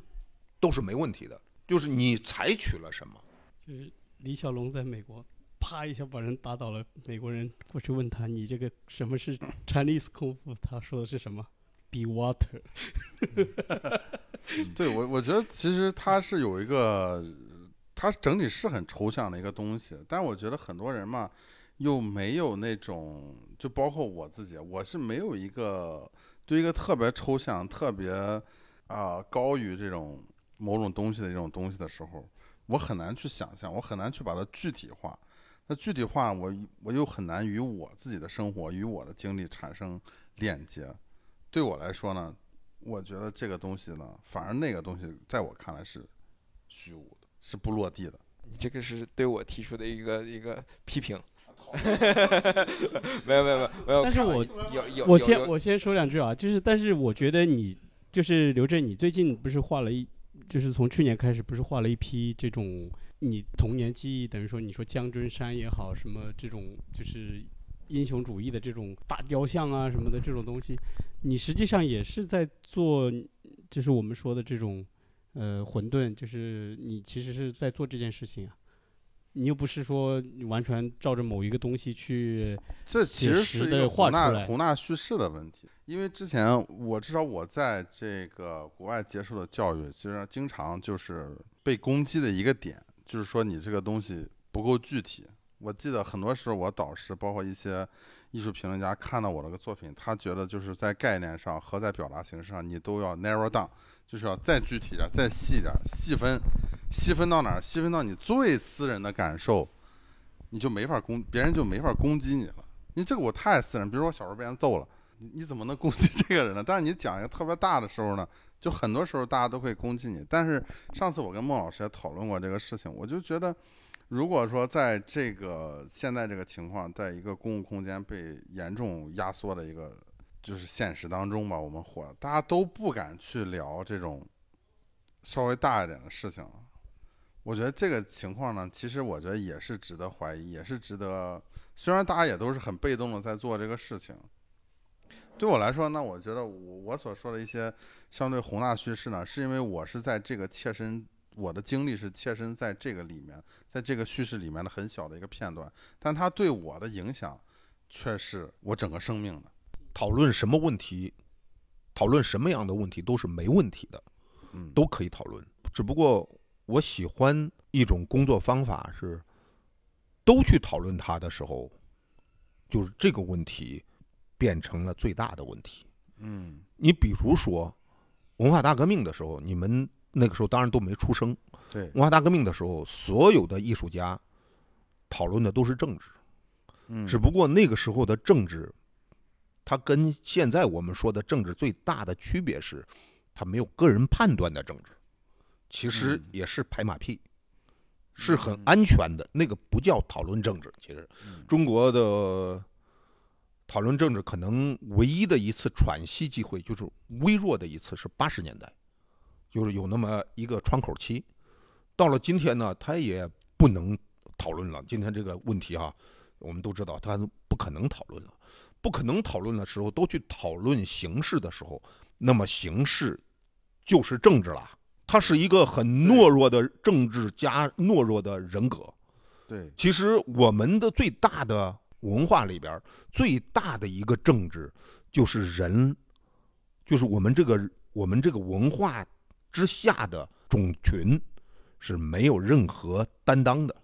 Speaker 3: 都是没问题的。就是你采取了什么，
Speaker 2: 就是李小龙在美国，啪一下把人打倒了，美国人过去问他：“你这个什么是 Chinese 功夫？”他说的是什么？Be water。
Speaker 1: 对我，我觉得其实它是有一个，它整体是很抽象的一个东西，但我觉得很多人嘛，又没有那种，就包括我自己，我是没有一个对一个特别抽象、特别啊、高于这种某种东西的这种东西的时候，我很难去想象，我很难去把它具体化。那具体化我，我又很难与我自己的生活、与我的经历产生链接。对我来说呢，我觉得这个东西呢，反而那个东西在我看来是虚无的，是不落地的。
Speaker 4: 你这个是对我提出的一个一个批
Speaker 1: 啊
Speaker 4: 评。 没有没有没有
Speaker 3: 呃
Speaker 4: 没有，
Speaker 2: 但是
Speaker 4: 开玩
Speaker 2: 我
Speaker 4: 笑有呃有
Speaker 2: 我
Speaker 4: 有
Speaker 2: 先
Speaker 4: 有
Speaker 2: 我先说两句啊，就是但是我觉得你就是刘震，你最近不是画了一，就是从去年开始不是画了一批这种你童年记忆，等于说你说江君山也好，什么这种就是英雄主义的这种大雕像啊什么的这种东西，你实际上也是在做，就是我们说的这种呃混沌，就是你其实是在做这件事情啊。你又不是说你完全照着某一个东西去，
Speaker 1: 这其
Speaker 2: 写
Speaker 1: 实
Speaker 2: 实
Speaker 1: 是一
Speaker 2: 地
Speaker 1: 个
Speaker 2: 画
Speaker 1: 宏
Speaker 2: 出
Speaker 1: 大
Speaker 2: 来
Speaker 1: 宏大叙事的问题。因为之前我至少我在这个国外接受的教育，其实经常就是被攻击的一个点，就是说你这个东西不够具体。我记得很多时候，我导师包括一些艺术评论家看到我这个作品，他觉得就是在概念上和在表达形式上，你都要 narrow down，就是要再具体点儿、再细点儿、细分，细分到哪儿？细分到你最私人的感受，你就没法攻，别人就没法攻击你了。你这个我太私人，比如说我小时候被人揍了，你你怎么能攻击 这个人呢？但是你讲一个特别大的时候呢，就很多时候大家都会攻击你。但是上次我跟孟老师也讨论过这个事情，我就觉得，如果说在这个现在这个情况，在一个公共空间被严重压缩的一个就是现实当中吧，我们活大家都不敢去聊这种稍微大一点的事情了。我觉得这个情况呢，其实我觉得也是值得怀疑，也是值得。虽然大家也都是很被动的在做这个事情，对我来说，那我觉得我我所说的一些相对宏大叙事呢，是因为我是在这个切身，我的经历是切身在这个里面，在这个叙事里面的很小的一个片段，但它对我的影响却是我整个生命的。
Speaker 3: 讨论什么问题，讨论什么样的问题都是没问题的，
Speaker 1: 嗯，
Speaker 3: 都可以讨论。只不过我喜欢一种工作方法是，都去讨论它的时候，就是这个问题变成了最大的问题。
Speaker 1: 嗯
Speaker 3: 你比如说，文化大革命的时候，你们那个时候当然都没出生。
Speaker 1: 对，
Speaker 3: 文化大革命的时候，所有的艺术家讨论的都是政治，
Speaker 1: 嗯
Speaker 3: 只不过那个时候的政治，它跟现在我们说的政治最大的区别是，它没有个人判断的政治，其实
Speaker 1: 嗯
Speaker 3: 也是拍马屁，是很
Speaker 1: 嗯
Speaker 3: 安全的。那个不叫讨论政治，其实
Speaker 1: 嗯
Speaker 3: 中国的讨论政治可能唯一的一次喘息机会，就是微弱的一次，是八十年代，就是有那么一个窗口期。到了今天呢，他也不能讨论了。今天这个问题哈、我们都知道，他不可能讨论了。不可能讨论的时候，都去讨论形式的时候，那么形式就是政治了。他是一个很
Speaker 1: 对
Speaker 3: 懦弱的政治家，懦弱的人格。
Speaker 1: 对，
Speaker 3: 其实我们的最大的文化里边儿，最大的一个政治就是人，就是我们这个我们这个文化之下的种群是没有任何担当的，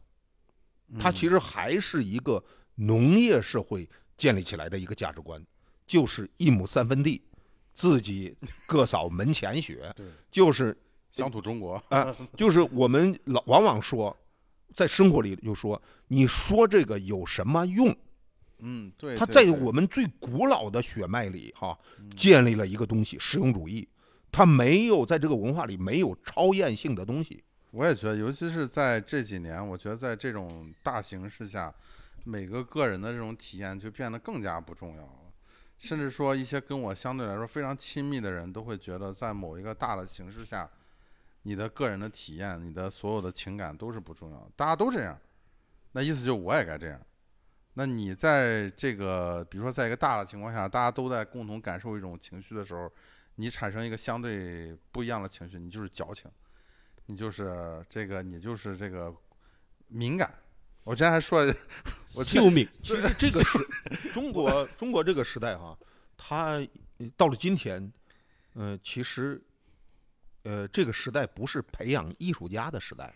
Speaker 3: 它其
Speaker 1: 实
Speaker 3: 实还是一个农业社会建立起来的一个价值观，就是一亩三分地，自己各扫门前雪
Speaker 1: 对，
Speaker 3: 就是
Speaker 1: 乡土中国，
Speaker 3: 就是我们老往往说，在生活里就说，你说这个有什么用？
Speaker 1: 嗯，对，
Speaker 3: 它在
Speaker 1: 对
Speaker 3: 我们最古老的血脉里，哈，
Speaker 1: 对嗯
Speaker 3: 建立了一个东西——实用主义。它没有在这个文化里没有超验性的 东西。
Speaker 1: 我也觉得，尤其是在这几年，我觉得在这种大形势下，每个个人的这种体验就变得更加不重要了。甚至说，一些跟我相对来说非常亲密的人，都会觉得在某一个大的形势下，你的个人的体验、你的所有的情感都是不重要的，大家都这样。那意思就是我也该这样。那你在这个，比如说在一个大的情况下，大家都在共同感受一种情绪的时候，你产生一个相对不一样的情绪，你就是矫情。你就是这个，你就是这个敏感。我之前还 说，我这
Speaker 2: 秀敏，
Speaker 3: 其实这个是中国中国这个时代哈、它呃到了今天，呃，其实，呃，这个时代不是培养艺术家的时代，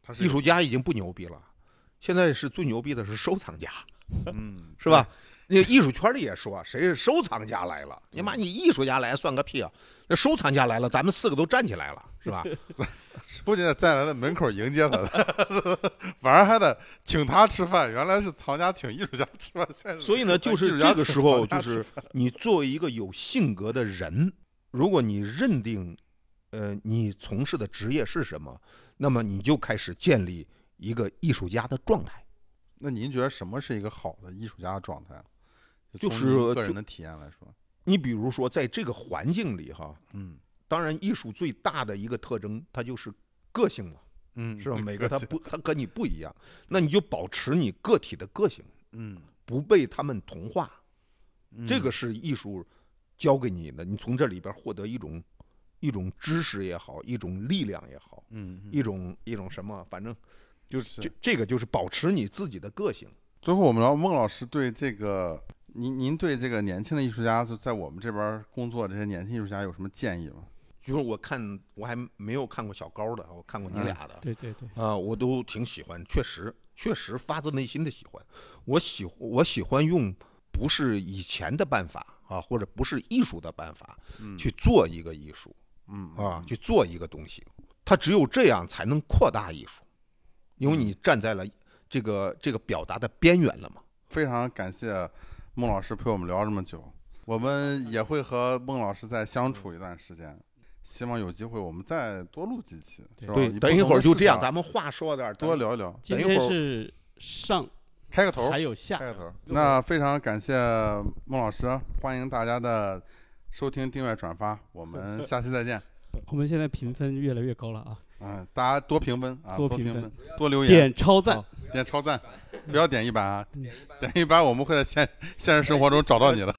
Speaker 1: 他是
Speaker 3: 艺术家已经不牛逼了，现在是最牛逼的是收藏家。
Speaker 1: 嗯，
Speaker 3: 是吧？那个艺术圈里也说，谁是收藏家来了？
Speaker 1: 嗯
Speaker 3: 你妈，你艺术家来算个屁啊！那收藏家来了，咱们四个都站起来了，是吧？
Speaker 1: 不仅得在他的门口迎接 他，晚上还得请他吃饭。原来是藏家请艺术家吃饭，现在
Speaker 3: 所以呢，就是这个时候，就是你作为一个有性格的人，如果你认定，呃，你从事的职业是什么，那么你就开始建立一个艺术家的状态。
Speaker 1: 那您觉得什么是一个好的艺术家的状态？
Speaker 3: 就
Speaker 1: 从
Speaker 3: 是
Speaker 1: 您个人
Speaker 3: 就
Speaker 1: 的体验来说，
Speaker 3: 你比如说，在这个环境里，哈，
Speaker 1: 嗯
Speaker 3: 当然，艺术最大的一个特征，它就是个性嘛。
Speaker 1: 嗯，
Speaker 3: 是吧？
Speaker 1: 这
Speaker 3: 每
Speaker 1: 个
Speaker 3: 个他
Speaker 1: 性
Speaker 3: 不，他跟你不一样，那你就保持你个体的个性，
Speaker 1: 嗯，
Speaker 3: 不被他们同化，
Speaker 1: 嗯
Speaker 3: 这个是艺术教给你的。你从这里边获得一种一种知识也好，一种力量也好，
Speaker 1: 嗯嗯
Speaker 3: 一种一种什么，反正就是
Speaker 1: 是
Speaker 3: 这这个就是保持你自己的个性。
Speaker 1: 最后，我们聊孟老师对这个您您对这个年轻的艺术家，就在我们这边儿工作这些年轻艺术家有什么建议吗？
Speaker 3: 就是我看我还没有看过小高的，我看过你
Speaker 1: 嗯
Speaker 3: 俩的，
Speaker 2: 对对对，
Speaker 3: 啊，我都挺喜欢，确实，确实发自内心的喜欢。我喜我喜欢用不是以前的办法啊，或者不是艺术的办法
Speaker 1: 嗯
Speaker 3: 去做一个艺术
Speaker 1: 嗯
Speaker 3: 啊，去做一个东西。它只有这样才能扩大艺术，因为你站在了这个这个表达的边缘了嘛。
Speaker 1: 非常感谢孟老师陪我们聊这么久，我们
Speaker 3: 嗯
Speaker 1: 也会和孟老师再相处一段时间，希望有机会我们再多录几期。
Speaker 2: 对
Speaker 1: 是吧以
Speaker 3: 等一会儿就这样，
Speaker 1: 不同的
Speaker 3: 咱们话说到这儿，
Speaker 1: 视角多聊一聊，
Speaker 2: 今
Speaker 3: 一
Speaker 2: 天
Speaker 3: 会儿
Speaker 2: 是上
Speaker 1: 开个头儿哎
Speaker 2: 还，有下
Speaker 1: 开，个头儿。那非常感谢孟老师，欢迎大家的收听、订阅、转发，我 们下期再见。
Speaker 2: 我们现在评分越来越高了啊，
Speaker 1: 嗯，大家多评分啊，
Speaker 2: 多
Speaker 1: 多
Speaker 2: 评
Speaker 1: 评
Speaker 2: 分
Speaker 1: 分，多留言，
Speaker 2: 点超赞
Speaker 3: 好，哎
Speaker 1: 点超赞，不要点一百啊，点一百我们会在现现实生活中找到你的。